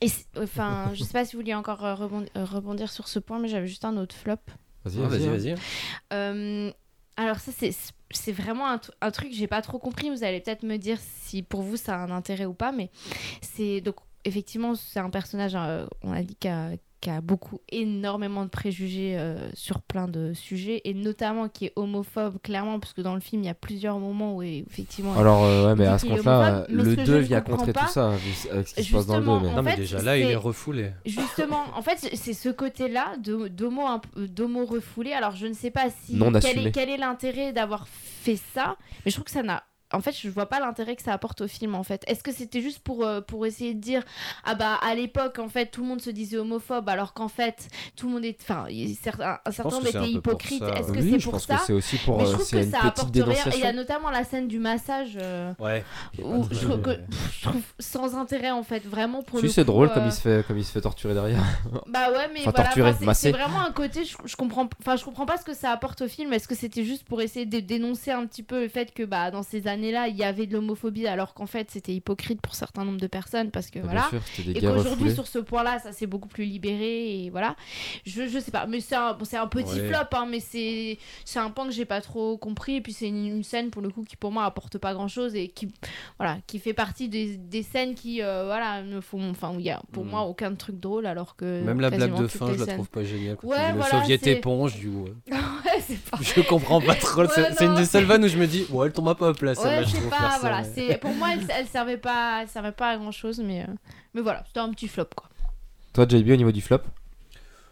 Speaker 8: Et c'est- enfin, je sais pas si vous vouliez encore euh, rebond- euh, rebondir sur ce point, mais j'avais juste un autre flop.
Speaker 7: Vas-y,
Speaker 9: Ah,
Speaker 7: vas-y,
Speaker 9: vas-y,
Speaker 7: hein.
Speaker 9: vas-y.
Speaker 8: Euh, alors ça, c'est, c'est vraiment un, tru- un truc que j'ai pas trop compris. Vous allez peut-être me dire si pour vous ça a un intérêt ou pas, mais c'est donc effectivement c'est un personnage, euh, on a dit qui a, qui a beaucoup énormément de préjugés euh, sur plein de sujets et notamment qui est homophobe clairement parce que dans le film il y a plusieurs moments où effectivement
Speaker 7: Alors, euh, ouais, mais
Speaker 8: dit
Speaker 7: à ce
Speaker 8: qu'il est
Speaker 7: compte-là,
Speaker 8: homophobe, mais
Speaker 7: le
Speaker 8: ce que
Speaker 7: 2
Speaker 8: je
Speaker 7: vient
Speaker 8: comprends
Speaker 7: contrer
Speaker 8: pas,
Speaker 7: tout ça, avec ce qui se passe dans le 2.
Speaker 8: justement,
Speaker 7: Mais...
Speaker 8: En
Speaker 9: Non, mais
Speaker 8: fait,
Speaker 9: déjà là, il
Speaker 8: c'est-
Speaker 9: est refoulé.
Speaker 8: Justement, en fait, c'est ce côté-là de- d'homo un peu- d'homo refoulé. Alors, je ne sais pas si
Speaker 7: Non
Speaker 8: quel
Speaker 7: assumé.
Speaker 8: est quel est l'intérêt d'avoir fait ça, mais je trouve que ça n'a en fait, je vois pas l'intérêt que ça apporte au film en fait. Est-ce que c'était juste pour euh, pour essayer de dire ah bah à l'époque en fait tout le monde se disait homophobe alors qu'en fait tout le monde est enfin il- certains un certain
Speaker 9: pense que
Speaker 8: nombre
Speaker 9: c'est un
Speaker 8: étaient
Speaker 9: peu pour
Speaker 8: hypocrites.
Speaker 9: ça.
Speaker 8: Est-ce que
Speaker 7: Oui,
Speaker 8: c'est
Speaker 7: je
Speaker 8: pour
Speaker 7: pense
Speaker 8: ça
Speaker 7: que c'est aussi pour.
Speaker 8: Mais je
Speaker 7: euh,
Speaker 8: trouve
Speaker 7: C'est
Speaker 8: que
Speaker 7: une
Speaker 8: ça
Speaker 7: petite
Speaker 8: apporte rien. Et il y a
Speaker 7: dénonciation. Ah,
Speaker 8: notamment la scène du massage euh,
Speaker 9: Ouais.
Speaker 8: où je trouve que
Speaker 9: Ouais.
Speaker 8: pff, je trouve sans intérêt en fait vraiment pour le
Speaker 7: Si, c'est
Speaker 8: coup,
Speaker 7: drôle comme
Speaker 8: euh,
Speaker 7: il se fait comme il se fait torturer derrière.
Speaker 8: Bah ouais, mais
Speaker 7: Enfin,
Speaker 8: voilà,
Speaker 7: torturer,
Speaker 8: enfin, c'est-
Speaker 7: masser.
Speaker 8: c'est vraiment un côté, je, je comprends, enfin je comprends pas ce que ça apporte au film. Est-ce que c'était juste pour essayer de dénoncer un petit peu le fait que bah dans ces années-là il y avait de l'homophobie alors qu'en fait c'était hypocrite pour certains nombres de personnes parce que
Speaker 7: Bah, Bien
Speaker 8: voilà.
Speaker 7: sûr, c'était des
Speaker 8: Et
Speaker 7: gars
Speaker 8: qu'aujourd'hui
Speaker 7: refoulés.
Speaker 8: sur ce point-là ça s'est beaucoup plus libéré et voilà. Je, je sais pas, mais c'est un, bon, c'est un petit
Speaker 9: Ouais.
Speaker 8: flop, hein, mais c'est c'est un point que j'ai pas trop compris et puis c'est une, une scène pour le coup qui pour moi apporte pas grand-chose et qui voilà qui fait partie des, des scènes qui euh, voilà me font enfin où il y a pour
Speaker 9: Mm.
Speaker 8: moi aucun truc drôle alors que
Speaker 9: Même la blague
Speaker 8: quasiment
Speaker 9: de
Speaker 8: toutes
Speaker 9: fin,
Speaker 8: les
Speaker 9: je la
Speaker 8: scènes.
Speaker 9: trouve pas géniale. quand
Speaker 8: Ouais,
Speaker 9: il dit le
Speaker 8: voilà,
Speaker 9: soviet
Speaker 8: c'est-
Speaker 9: éponge, du coup.
Speaker 8: ouais c'est pas
Speaker 9: Je comprends pas trop.
Speaker 8: Ouais,
Speaker 9: c'est c'est une
Speaker 8: non.
Speaker 9: des seules vannes où je me dis, ouais, elle tombe pas à plat, celle-là,
Speaker 8: ouais
Speaker 9: je
Speaker 8: c'est
Speaker 9: trouve.
Speaker 8: pas
Speaker 9: personne.
Speaker 8: voilà c'est pour moi elle, elle servait pas elle servait pas à grand chose mais euh, mais voilà c'était un petit flop quoi
Speaker 7: Toi, JB, au niveau du flop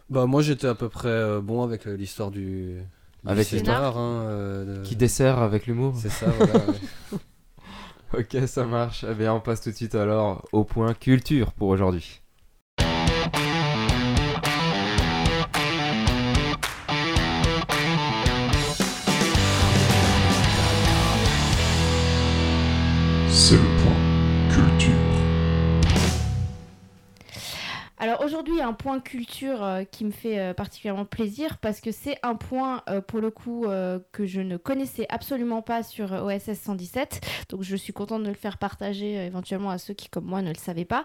Speaker 9: Bah, moi, j'étais à peu près euh, bon avec euh, l'histoire du.
Speaker 7: Avec
Speaker 9: l'histoire, hein. euh, de-
Speaker 7: Qui dessert avec l'humour
Speaker 9: C'est ça, voilà. ouais.
Speaker 7: Ok, ça marche. Eh bien, on passe tout de suite alors au point culture pour aujourd'hui.
Speaker 11: C'est le point culture.
Speaker 8: alors aujourd'hui il y a un point culture euh, qui me fait euh, particulièrement plaisir parce que c'est un point euh, pour le coup euh, que je ne connaissais absolument pas sur euh, OSS 117 donc je suis contente de le faire partager euh, éventuellement à ceux qui comme moi ne le savaient pas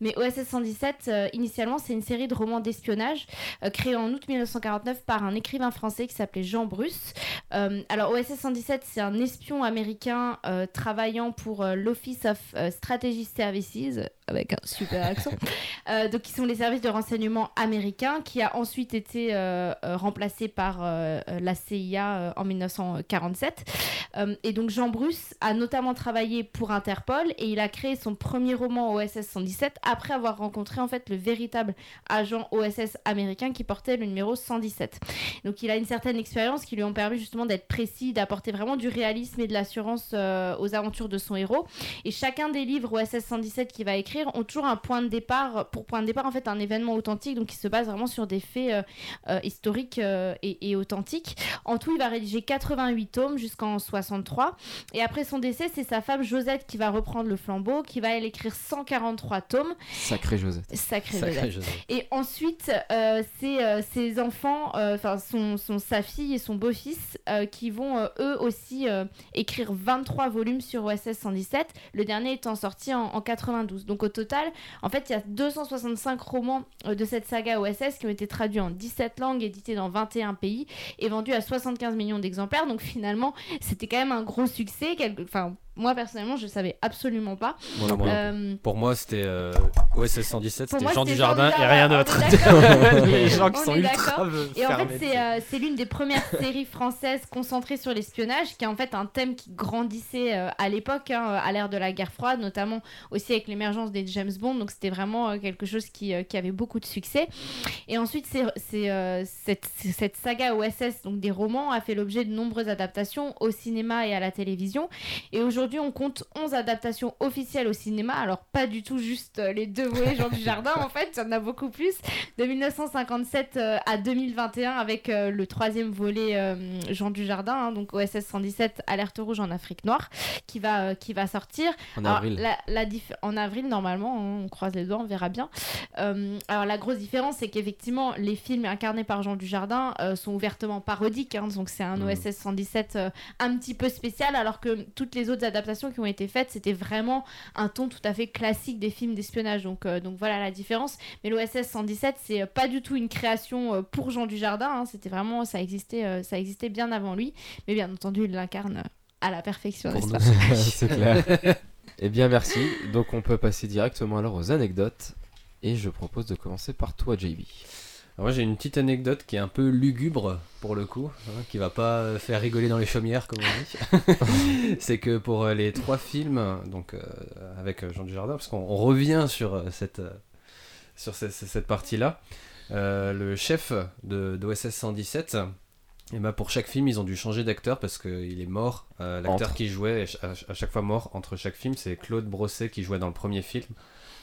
Speaker 8: mais OSS 117 euh, initialement c'est une série de romans d'espionnage euh, créée en août 1949 par un écrivain français qui s'appelait Jean Bruce Euh, alors, OSS 117, c'est un espion américain euh, travaillant pour euh, l'Office of euh, Strategy Services, avec un super accent, euh, donc qui sont les services de renseignement américains, qui a ensuite été euh, euh, remplacé par euh, euh, la CIA euh, en 1947. Euh, et donc, Jean Bruce a notamment travaillé pour Interpol et il a créé son premier roman OSS 117 après avoir rencontré en fait le véritable agent OSS américain qui portait le numéro 117. Donc il a une certaine expérience qui lui ont permis justement d'être précis, d'apporter vraiment du réalisme et de l'assurance euh, aux aventures de son héros. Et chacun des livres OSS 117 qu'il va écrire ont toujours un point de départ, pour point de départ en fait un événement authentique, donc qui se base vraiment sur des faits euh, euh, historiques euh, et, et authentiques. En tout, il va rédiger 88 tomes jusqu'en 63. Et après son décès, c'est sa femme Josette qui va reprendre le flambeau, qui va elle écrire 143 tomes.
Speaker 7: Sacré Josette.
Speaker 8: Sacré Josette.
Speaker 9: Sacré Joseph.
Speaker 8: Et ensuite, euh, c'est euh, ses enfants, euh, enfin son, son- sa fille et son beau-fils, euh, qui vont euh, eux aussi euh, écrire 23 volumes sur OSS 117, le dernier étant sorti en, en 92. Donc au total, en fait, il y a 265 romans euh, de cette saga OSS qui ont été traduits en 17 langues, édités dans 21 pays et vendus à 75 millions d'exemplaires. Donc finalement, c'était quand même un gros succès. quelque- Enfin, moi personnellement, je savais absolument pas.
Speaker 9: Voilà, moi,
Speaker 8: Euh,
Speaker 9: Pour moi, c'était euh, OSS 117,
Speaker 8: Pour
Speaker 9: c'était
Speaker 8: moi,
Speaker 9: Jean
Speaker 8: c'était
Speaker 9: du
Speaker 8: Jean
Speaker 9: Jardin et
Speaker 8: Dujardin,
Speaker 9: rien
Speaker 8: on est
Speaker 9: d'autre.
Speaker 8: d'accord.
Speaker 9: Les gens
Speaker 8: On
Speaker 9: qui sont
Speaker 8: est
Speaker 9: ultra
Speaker 8: d'accord.
Speaker 9: euh,
Speaker 8: Et en fait,
Speaker 9: fermés.
Speaker 8: c'est euh, c'est l'une des premières séries françaises concentrées sur l'espionnage, qui est en fait un thème qui grandissait euh, à l'époque, hein, à l'ère de la guerre froide, notamment aussi avec l'émergence des James Bond. Donc c'était vraiment euh, quelque chose qui, euh, qui avait beaucoup de succès. Et ensuite, c'est c'est, euh, cette, cette saga OSS, donc des romans, a fait l'objet de nombreuses adaptations au cinéma et à la télévision. Et aujourd'hui, Aujourd'hui, on compte 11 adaptations officielles au cinéma, alors pas du tout juste euh, les deux voyés Jean du Jardin, en fait, il y en a beaucoup plus. De 1957 euh, à 2021 avec euh, le troisième volet euh, Jean du Jardin, donc OSS 117, Alerte rouge en Afrique noire, qui va, euh, qui va sortir.
Speaker 7: En
Speaker 8: Alors,
Speaker 7: avril.
Speaker 8: la- la diff- en avril, normalement, hein, on croise les doigts, on verra bien. Euh, alors, la grosse différence, c'est qu'effectivement, les films incarnés par Jean Dujardin euh, sont ouvertement parodiques. hein, donc, c'est un
Speaker 7: Mm.
Speaker 12: Mhm.
Speaker 8: OSS 117 euh, un petit peu spécial, alors que toutes les autres adaptations qui ont été faites, c'était vraiment un ton tout à fait classique des films d'espionnage. Donc, euh, donc, voilà la différence. Mais l'OSS 117, c'est euh, pas du tout une création euh, pour Jean Dujardin. hein, c'était vraiment, ça existait, euh, ça existait bien avant lui. Mais bien entendu, il l'incarne euh, à la perfection,
Speaker 7: Pour
Speaker 8: n'est-ce
Speaker 7: nous,
Speaker 8: pas
Speaker 7: c'est clair. Eh bien, merci. Donc, on peut passer directement alors aux anecdotes. Et je propose de commencer par toi, JB.
Speaker 9: Alors moi j'ai une petite anecdote qui est un peu lugubre pour le coup, hein, qui va pas euh, faire rigoler dans les chaumières comme on dit. c'est que pour euh, les trois films, donc euh, avec euh, Jean Dujardin, parce qu'on on revient sur euh, cette, euh, sur ce- ce- cette partie-là, euh, le chef de d'OSS 117, et ben pour chaque film ils ont dû changer d'acteur parce qu'il est mort. Euh, L'acteur
Speaker 7: Entre.
Speaker 9: qui jouait est ch- à ch- à chaque fois mort entre chaque film, c'est Claude Brosset qui jouait dans le premier film.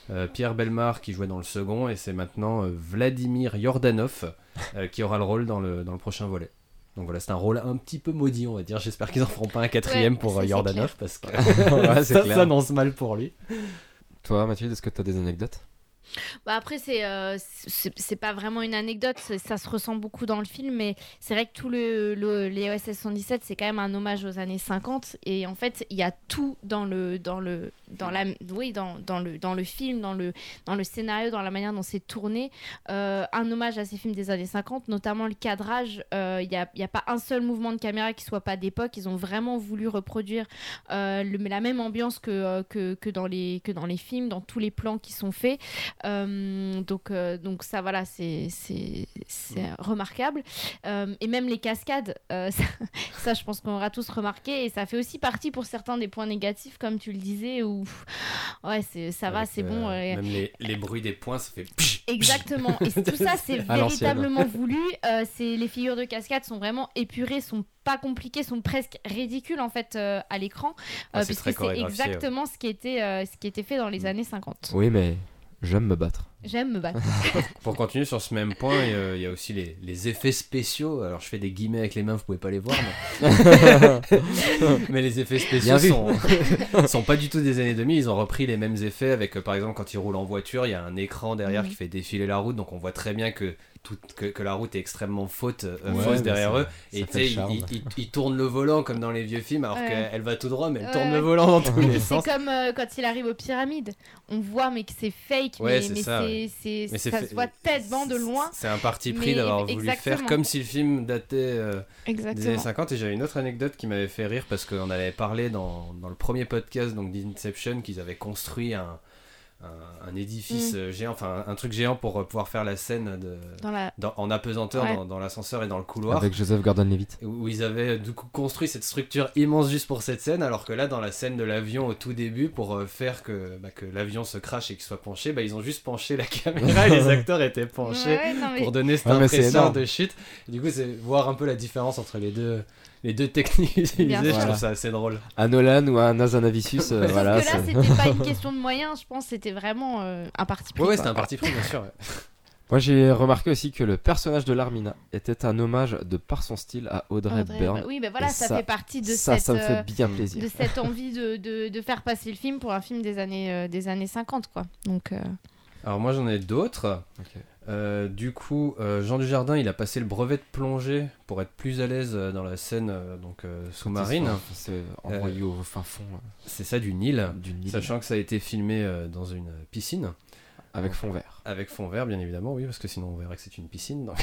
Speaker 9: Euh, Pierre Belmar qui jouait dans le second et c'est maintenant euh, Vladimir Yordanov euh, qui aura le rôle dans le, dans le prochain volet. Donc voilà, c'est un rôle un petit peu maudit, on va dire. J'espère qu'ils en feront pas un quatrième
Speaker 7: Ouais,
Speaker 9: pour
Speaker 7: ça,
Speaker 9: euh,
Speaker 7: c'est
Speaker 9: Yordanov
Speaker 7: clair.
Speaker 9: parce que
Speaker 7: Ouais, c'est
Speaker 9: ça
Speaker 7: clair.
Speaker 9: s'annonce mal pour lui.
Speaker 7: Toi, Mathilde, est-ce que tu as des anecdotes
Speaker 8: Bah après, c'est euh, c'est c'est pas vraiment une anecdote, c'est- ça se ressent beaucoup dans le film, mais c'est vrai que tout le, le- les OSS 117, c'est quand même un hommage aux années 50, et en fait, il y a tout dans le, dans le, dans la, oui, dans, dans le, dans le film, dans le, dans le scénario, dans la manière dont c'est tourné, euh, un hommage à ces films des années 50, notamment le cadrage. euh, Il n'y a, il y a pas un seul mouvement de caméra qui soit pas d'époque. Ils ont vraiment voulu reproduire euh, le- la même ambiance que, euh, que, que dans les, que dans les films, dans tous les plans qui sont faits. Euh, donc, euh, donc ça, voilà, c'est c'est- c'est remarquable. Euh, et même les cascades, euh, ça, ça, je pense qu'on aura tous remarqué. Et ça fait aussi partie pour certains des points négatifs, comme tu le disais, où ouais, c'est- ça va,
Speaker 9: Avec,
Speaker 8: c'est
Speaker 9: euh,
Speaker 8: bon. euh,
Speaker 9: Même les, les bruits des points, ça fait.
Speaker 8: Exactement. Et tout ça, c'est
Speaker 9: À l'ancienne.
Speaker 8: véritablement voulu. Euh, c'est les figures de cascade sont vraiment épurées, sont pas compliquées, sont presque ridicules en fait euh, à l'écran,
Speaker 9: Ah, c'est
Speaker 8: puisque
Speaker 9: très
Speaker 8: c'est
Speaker 9: chorégraphié, ouais. Mm.
Speaker 8: exactement ce qui était euh, ce qui était fait dans les années 50.
Speaker 7: Oui, mais j'aime me battre.
Speaker 8: J'aime me battre.
Speaker 9: Pour continuer sur ce même point, euh, il y a aussi les, les effets spéciaux. Alors je fais des guillemets avec les mains, vous pouvez pas les voir. Mais, Mais les effets spéciaux
Speaker 7: Bien vu.
Speaker 9: sont, sont pas du tout des années 2000. Ils ont repris les mêmes effets avec, euh, par exemple, quand ils roulent en voiture, il y a un écran derrière
Speaker 7: Mhm.
Speaker 9: qui fait défiler la route. Donc on voit très bien que, tout, que, que la route est extrêmement faute, euh,
Speaker 7: Ouais,
Speaker 9: fausse
Speaker 7: mais
Speaker 9: derrière
Speaker 7: ça-
Speaker 9: eux.
Speaker 7: ça
Speaker 9: Et
Speaker 7: fait
Speaker 9: tu sais,
Speaker 7: le charme.
Speaker 9: ils, ils- ils tournent le volant comme dans les vieux films, alors
Speaker 8: Ouais.
Speaker 9: qu'elle va tout droit, mais elle
Speaker 8: Ouais,
Speaker 9: tourne
Speaker 8: ouais.
Speaker 9: le volant dans tous
Speaker 8: Oui,
Speaker 9: les
Speaker 8: mais
Speaker 9: sens.
Speaker 8: C'est comme euh, quand il arrive aux pyramides. On voit, mais que c'est fake,
Speaker 9: Ouais,
Speaker 8: mais,
Speaker 9: c'est
Speaker 8: mais
Speaker 9: ça,
Speaker 8: c'est-
Speaker 9: ouais.
Speaker 8: c'est-
Speaker 9: Mais c'est
Speaker 8: ça
Speaker 9: fait-
Speaker 8: se voit tellement de loin.
Speaker 9: C'est un parti
Speaker 8: Mais-
Speaker 9: pris d'avoir voulu faire
Speaker 8: exactement.
Speaker 9: comme si le film datait euh, des
Speaker 8: Exactement.
Speaker 9: années 50. Et j'avais une autre anecdote qui m'avait fait rire parce qu'on avait parlé dans, dans le premier podcast donc d'Inception qu'ils avaient construit un, un- un édifice
Speaker 8: Mm.
Speaker 9: euh, géant, enfin un, un truc géant pour euh, pouvoir faire la scène de,
Speaker 8: Dans la-
Speaker 9: dans- en apesanteur
Speaker 8: Ouais.
Speaker 9: dans, dans l'ascenseur et dans le couloir.
Speaker 7: Avec Joseph Gordon-Levitt.
Speaker 9: Où ils avaient euh, du coup construit cette structure immense juste pour cette scène, alors que là, dans la scène de l'avion au tout début, pour euh, faire que, bah, que l'avion se crache et qu'il soit penché, bah, ils ont juste penché la caméra et les acteurs étaient penchés
Speaker 7: Ouais, ouais, non, mais-
Speaker 9: pour donner cette
Speaker 7: Ouais, mais c'est
Speaker 9: impression
Speaker 7: énorme.
Speaker 9: de chute. Et du coup, c'est voir un peu la différence entre les deux, les deux techniques utilisées, je
Speaker 7: Voilà.
Speaker 9: trouve ça assez drôle.
Speaker 7: À Nolan ou à Nazanavicius, euh,
Speaker 9: Sauf que
Speaker 7: voilà.
Speaker 8: Parce que là,
Speaker 7: c'est-
Speaker 8: c'était pas une question de moyens, je pense, c'était vraiment euh, un parti pris.
Speaker 9: Ouais, ouais,
Speaker 8: quoi.
Speaker 9: c'était un parti pris, bien sûr. ouais.
Speaker 7: Moi, j'ai remarqué aussi que le personnage de Larmina était un hommage de par son style à Audrey,
Speaker 8: Audrey
Speaker 7: Byrne.
Speaker 8: Hepburn. Oui, bah voilà,
Speaker 7: Et
Speaker 8: ça, fait partie de
Speaker 7: ça,
Speaker 8: cette,
Speaker 7: Ça me
Speaker 8: euh,
Speaker 7: fait bien plaisir.
Speaker 8: de cette envie de, de, de faire passer le film pour un film des années, euh, des années 50, quoi. Donc, euh,
Speaker 9: Alors moi j'en ai d'autres. Euh, du coup, euh, Jean Dujardin, il a passé le brevet de plongée pour être plus à l'aise euh, dans la scène euh, donc euh, sous-marine.
Speaker 7: C'est envoyé au fin fond. euh, là.
Speaker 9: C'est Euh, ça du Nil,
Speaker 7: Nil.
Speaker 9: sachant que ça a été filmé euh, dans une piscine.
Speaker 7: Avec
Speaker 9: Donc,
Speaker 7: fond vert.
Speaker 9: Avec fond vert, bien évidemment, oui, parce que sinon on verrait que c'est une piscine. donc.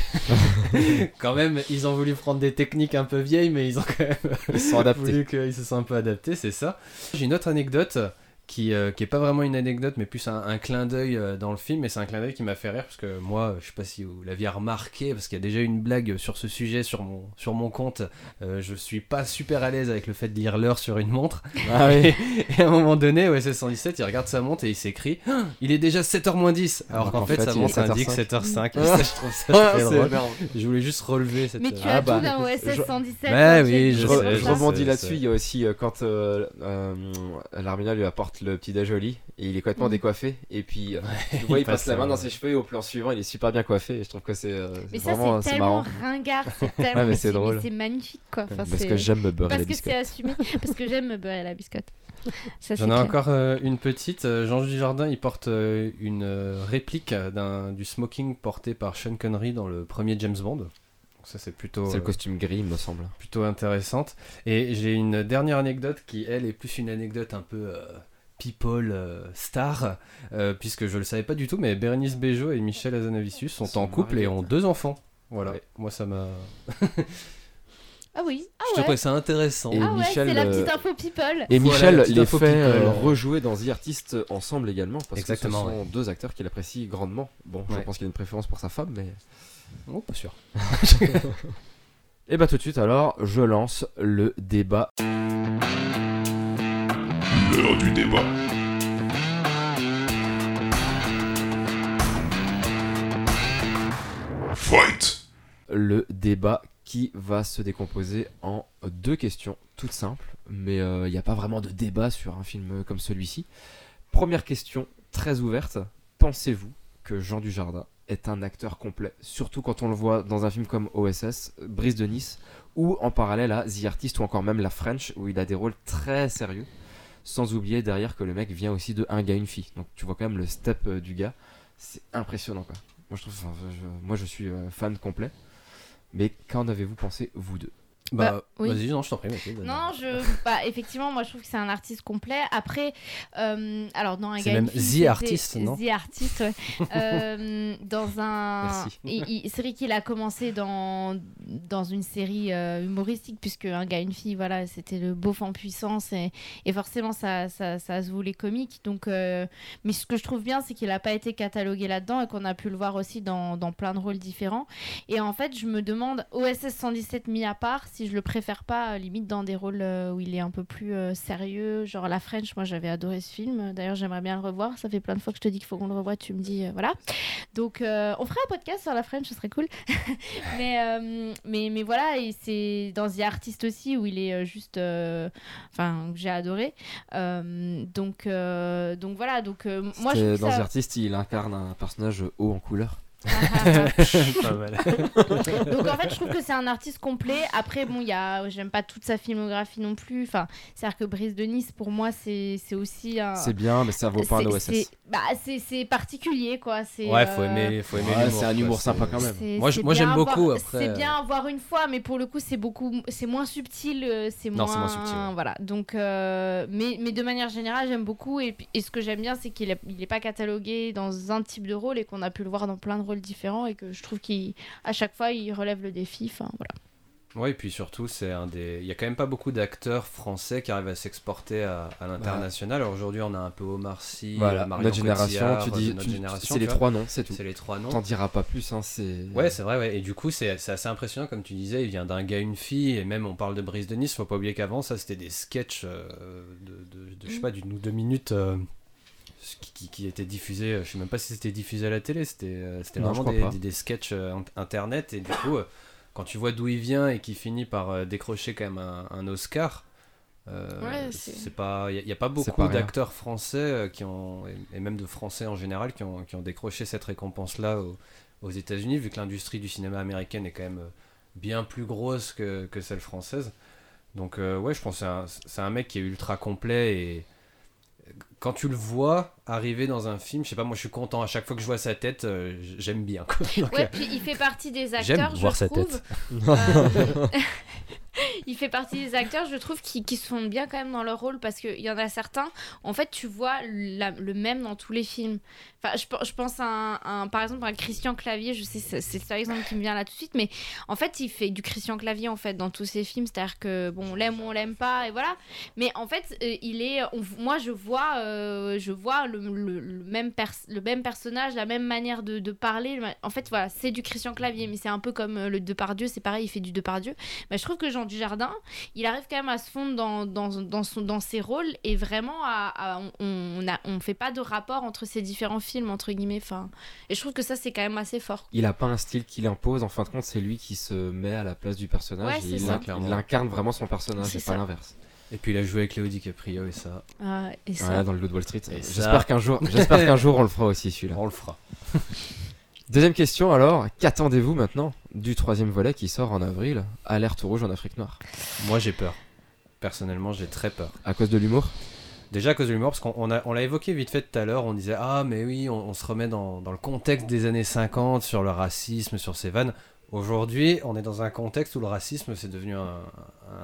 Speaker 9: quand même, ils ont voulu prendre des techniques un peu vieilles, mais ils ont quand même
Speaker 7: Ils se sont adaptés.
Speaker 9: voulu qu'ils se sont un peu adaptés, c'est ça. J'ai une autre anecdote qui, euh, qui est pas vraiment une anecdote, mais plus un, un clin d'œil euh, dans le film. Et c'est un clin d'œil qui m'a fait rire parce que moi, euh, je sais pas si vous l'aviez remarqué, parce qu'il y a déjà une blague sur ce sujet sur mon, sur mon compte. Euh, je suis pas super à l'aise avec le fait de lire l'heure sur une montre.
Speaker 7: Ah oui.
Speaker 9: Et à un moment donné, au SS117, il regarde sa montre et il s'écrit Ah, Il est déjà 7h moins 10 Alors,
Speaker 7: Alors
Speaker 9: qu'en
Speaker 7: qu'en
Speaker 9: fait,
Speaker 7: fait,
Speaker 9: sa
Speaker 7: il est
Speaker 9: montre indique 7h05.
Speaker 7: 7h05.
Speaker 9: Et ça, je trouve ça
Speaker 7: Ah,
Speaker 9: très
Speaker 7: c'est
Speaker 9: drôle.
Speaker 7: énorme.
Speaker 9: Je voulais juste relever cette.
Speaker 8: Mais tu
Speaker 7: Ah
Speaker 8: as
Speaker 7: bah,
Speaker 8: tout d'un
Speaker 7: je-
Speaker 8: OSS 117.
Speaker 9: Ouais,
Speaker 8: hein,
Speaker 9: oui,
Speaker 8: j'ai-
Speaker 9: je
Speaker 7: Je,
Speaker 9: sais,
Speaker 7: re- je
Speaker 9: je
Speaker 7: rebondis
Speaker 9: sais,
Speaker 7: là-dessus.
Speaker 9: je
Speaker 7: Il y a aussi euh, quand euh, euh, Larmina lui apporte le petit déjoli et il est complètement
Speaker 8: Mm.
Speaker 7: décoiffé. Et puis, euh, tu vois,
Speaker 9: il
Speaker 7: il passe
Speaker 9: passe
Speaker 7: la
Speaker 9: un-
Speaker 7: main dans ses cheveux et au plan suivant, il est super bien coiffé. Et je trouve que c'est euh,
Speaker 8: Mais ça,
Speaker 7: vraiment
Speaker 8: c'est
Speaker 7: c'est
Speaker 8: tellement
Speaker 7: marrant.
Speaker 8: ringard, c'est tellement.
Speaker 7: Ouais, mais c'est drôle.
Speaker 8: C'est magnifique, quoi. Enfin,
Speaker 7: Parce
Speaker 8: c'est-
Speaker 7: que j'aime me beurrer
Speaker 8: Parce
Speaker 7: les
Speaker 8: que c'est
Speaker 7: biscottes.
Speaker 8: assumé. Parce que j'aime me beurrer la biscotte. Ça, Ah, c'est
Speaker 9: J'en ai
Speaker 8: clair.
Speaker 9: encore euh, une petite. Euh, Jean Dujardin, il porte euh, une euh, réplique d'un- du smoking porté par Sean Connery dans le premier James Bond. Donc ça, c'est plutôt,
Speaker 7: C'est le
Speaker 9: euh,
Speaker 7: costume gris, il me semble.
Speaker 9: plutôt intéressante. Et j'ai une dernière anecdote qui, elle, est plus une anecdote un peu euh, people euh, star, euh, puisque je le savais pas du tout, mais Bérénice Bejo et Michel Azanavicius sont,
Speaker 7: Sont
Speaker 9: en couple
Speaker 7: mariés.
Speaker 9: et ont deux enfants. Voilà,
Speaker 7: Ouais.
Speaker 9: moi ça m'a.
Speaker 8: Ah oui, ah
Speaker 9: je
Speaker 8: ouais.
Speaker 9: trouvais ça intéressant.
Speaker 7: Et
Speaker 8: Ah ouais,
Speaker 7: Michel,
Speaker 8: c'est la
Speaker 7: euh,
Speaker 8: petite info people.
Speaker 9: Voilà,
Speaker 7: Et Michel
Speaker 9: la petite
Speaker 7: les
Speaker 9: info
Speaker 7: fait euh,
Speaker 9: people.
Speaker 7: rejouer dans The Artist ensemble également. Parce
Speaker 9: Exactement,
Speaker 7: que ce sont deux acteurs qu'il apprécie grandement. Bon, je
Speaker 9: Ouais.
Speaker 7: pense qu'il a une préférence pour sa femme, mais.
Speaker 9: Non, Oh, pas sûr.
Speaker 7: Et bah, tout de suite, alors, je lance le débat
Speaker 11: L'heure du débat. Fight.
Speaker 7: le débat qui va se décomposer en deux questions toutes simples, mais euh, il n'y a pas vraiment de débat sur un film comme celui-ci. Première question très ouverte, pensez-vous que Jean Dujardin est un acteur complet, surtout quand on le voit dans un film comme OSS, Brise de Nice, ou en parallèle à The Artist ou encore même La French, où il a des rôles très sérieux, sans oublier derrière que le mec vient aussi de Un gars, une fille. Donc tu vois quand même le step euh, du gars, c'est impressionnant quoi. Moi je, trouve, enfin, je- moi, je suis euh, fan complet. Mais qu'en avez-vous pensé, vous deux
Speaker 9: Bah,
Speaker 8: Bah, oui.
Speaker 9: vas-y, non, je t'en prie. Mathilde.
Speaker 8: Non, je. Bah, effectivement, moi, je trouve que c'est un artiste complet. Après, euh, alors dans un
Speaker 9: C'est
Speaker 8: gars,
Speaker 9: même
Speaker 8: une fille,
Speaker 9: the
Speaker 8: c'était
Speaker 9: artist, non
Speaker 8: The artist, ouais. Euh, dans un.
Speaker 7: Merci.
Speaker 8: il- il- C'est vrai qu'il a commencé dans dans une série euh, humoristique puisque un gars, une fille, voilà, c'était le beauf en puissance et, et forcément ça, ça ça se voulait comique. Donc, euh, mais ce que je trouve bien, c'est qu'il n'a pas été catalogué là-dedans et qu'on a pu le voir aussi dans dans plein de rôles différents. Et en fait, je me demande, OSS 117 mis à part, si je le préfère pas, euh, limite dans des rôles euh, où il est un peu plus euh, sérieux, genre La French, moi j'avais adoré ce film, d'ailleurs j'aimerais bien le revoir, ça fait plein de fois que je te dis qu'il faut qu'on le revoie, tu me dis, euh, voilà. Donc euh, on ferait un podcast sur La French, ce serait cool. mais, euh, mais, mais voilà, et c'est dans The Artist aussi, où il est euh, juste, euh, enfin, que j'ai adoré. Euh, donc, euh, donc voilà, donc euh, moi je
Speaker 7: C'était
Speaker 8: trouve
Speaker 7: Dans
Speaker 8: que ça- Ah,
Speaker 7: Artist, il incarne un personnage euh, haut en couleur.
Speaker 9: Pas mal.
Speaker 8: Donc en fait, je trouve que c'est un artiste complet. Après, bon, il y a, j'aime pas toute sa filmographie non plus. Enfin, c'est-à-dire que Brise de Nice, pour moi, c'est c'est aussi un.
Speaker 7: C'est bien, mais ça vaut pas un
Speaker 8: Ah. c'est-
Speaker 7: OSS.
Speaker 8: c'est- Bah, c'est c'est particulier, quoi. C'est.
Speaker 9: Ouais, faut
Speaker 8: euh,
Speaker 9: aimer, faut aimer
Speaker 7: Ouais,
Speaker 9: l'humour,
Speaker 7: c'est un
Speaker 9: quoi,
Speaker 7: humour
Speaker 9: c'est-
Speaker 7: sympa quand même.
Speaker 8: c'est-
Speaker 9: Moi, je-
Speaker 8: c'est
Speaker 9: moi, j'aime
Speaker 8: bien à voir-
Speaker 9: beaucoup, après,
Speaker 8: C'est
Speaker 9: euh,
Speaker 8: bien à voir une fois, mais pour le coup, c'est beaucoup, c'est moins subtil, euh, c'est
Speaker 9: Non,
Speaker 8: moins.
Speaker 9: c'est moins subtil, ouais.
Speaker 8: Voilà. Donc, euh, mais, mais de manière générale, j'aime beaucoup. Et, puis- et ce que j'aime bien, c'est qu'il n'est il est pas catalogué dans un type de rôle et qu'on a pu le voir dans plein de rôles différents et que je trouve qu'à chaque fois, il relève le défi. Enfin, voilà.
Speaker 9: Ouais, et puis surtout, c'est un des. Il y a quand même pas beaucoup d'acteurs français qui arrivent à s'exporter à, à l'international. Alors aujourd'hui, on a un peu Omar Sy,
Speaker 7: Voilà,
Speaker 9: euh, Marion
Speaker 7: notre génération,
Speaker 9: Cotillard,
Speaker 7: tu
Speaker 9: de
Speaker 7: dis,
Speaker 9: notre
Speaker 7: tu-
Speaker 9: génération,
Speaker 7: c'est
Speaker 9: tu
Speaker 7: les
Speaker 9: vois.
Speaker 7: trois noms, c'est tout.
Speaker 9: C'est les trois noms.
Speaker 7: T'en diras pas plus, hein, c'est.
Speaker 9: Ouais, c'est vrai, ouais. Et du coup, c'est c'est assez impressionnant, comme tu disais, il vient d'un gars, une fille, et même on parle de Brise de Nice, faut pas oublier qu'avant, ça c'était des sketchs euh, de, de- de- je sais
Speaker 7: Mm.
Speaker 9: pas, d'une ou deux minutes euh, ce qui, qui- qui étaient diffusés, euh, je sais même pas si c'était diffusé à la télé, c'était euh, c'était
Speaker 7: Non, je
Speaker 9: vraiment
Speaker 7: crois
Speaker 9: des,
Speaker 7: pas.
Speaker 9: des- des sketchs euh, int- internet, et du coup, euh, quand tu vois d'où il vient et qu'il finit par euh, décrocher quand même un, un Oscar. euh,
Speaker 8: Ouais, c'est-
Speaker 9: c'est pas il n'y a, pas
Speaker 7: C'est pas
Speaker 9: beaucoup
Speaker 7: rien.
Speaker 9: d'acteurs français euh, qui ont et- et même de français en général qui ont, qui ont décroché cette récompense là au, aux États-Unis, vu que l'industrie du cinéma américaine est quand même euh, bien plus grosse que, que celle française. Donc, euh, ouais, je pense que c'est un- c'est un, mec qui est ultra complet et quand tu le vois arriver dans un film, je sais pas, moi je suis content à chaque fois que je vois sa tête, euh, j- j'aime bien. quoi. Donc,
Speaker 8: Ouais, puis il fait partie des
Speaker 9: J'aime
Speaker 8: acteurs, je
Speaker 9: voir sa
Speaker 8: trouve.
Speaker 9: tête.
Speaker 8: Euh, il fait partie des acteurs, je trouve, qui, qui sont bien quand même dans leur rôle parce qu'il y en a certains, en fait, tu vois la- le même dans tous les films. Enfin, je, pe- je pense à un, un- par exemple, à Christian Clavier, je sais, c'est c'est cet exemple qui me vient là tout de suite, mais en fait, il fait du Christian Clavier, en fait, dans tous ses films, c'est-à-dire que, bon, on l'aime ou on l'aime pas, et voilà. Mais en fait, euh, il est, on- moi, je vois, euh, je vois le, le- le même pers- le même personnage, la même manière de, de parler. le ma- En fait, voilà, c'est du Christian Clavier, mais c'est un peu comme euh, le Depardieu, c'est pareil, il fait du Depardieu. Mais je trouve que Jean Dujardin, il arrive quand même à se fondre dans, dans, dans son, dans ses rôles et vraiment, à, à- on- on, a, on fait pas de rapport entre ces différents films, entre guillemets. Enfin, et je trouve que ça, c'est quand même assez fort.
Speaker 7: Il a pas un style qu'il impose, en fin de compte, c'est lui qui se met à la place du personnage
Speaker 8: Ouais,
Speaker 7: et
Speaker 8: c'est
Speaker 7: il,
Speaker 8: ça.
Speaker 7: inc- il incarne vraiment son personnage
Speaker 8: C'est
Speaker 7: et pas
Speaker 8: ça.
Speaker 7: l'inverse.
Speaker 9: Et puis il a joué avec Léo DiCaprio et ça.
Speaker 8: Ah, et ça.
Speaker 7: Voilà, dans le Loup de Wall Street.
Speaker 9: Et ça. Oh.
Speaker 7: J'espère qu'un jour, j'espère qu'un jour on le fera aussi celui-là.
Speaker 9: On le fera.
Speaker 7: Deuxième question alors, qu'attendez-vous maintenant du troisième volet qui sort en avril, Alerte rouge en Afrique noire
Speaker 9: Moi j'ai peur. Personnellement, j'ai très peur.
Speaker 7: À cause de l'humour
Speaker 9: Déjà à cause de l'humour, parce qu'on on a- on l'a évoqué vite fait tout à l'heure, on disait Ah, mais oui, on, on se remet dans, dans le contexte des années 50 sur le racisme, sur ces vannes. Aujourd'hui, on est dans un contexte où le racisme, c'est devenu un,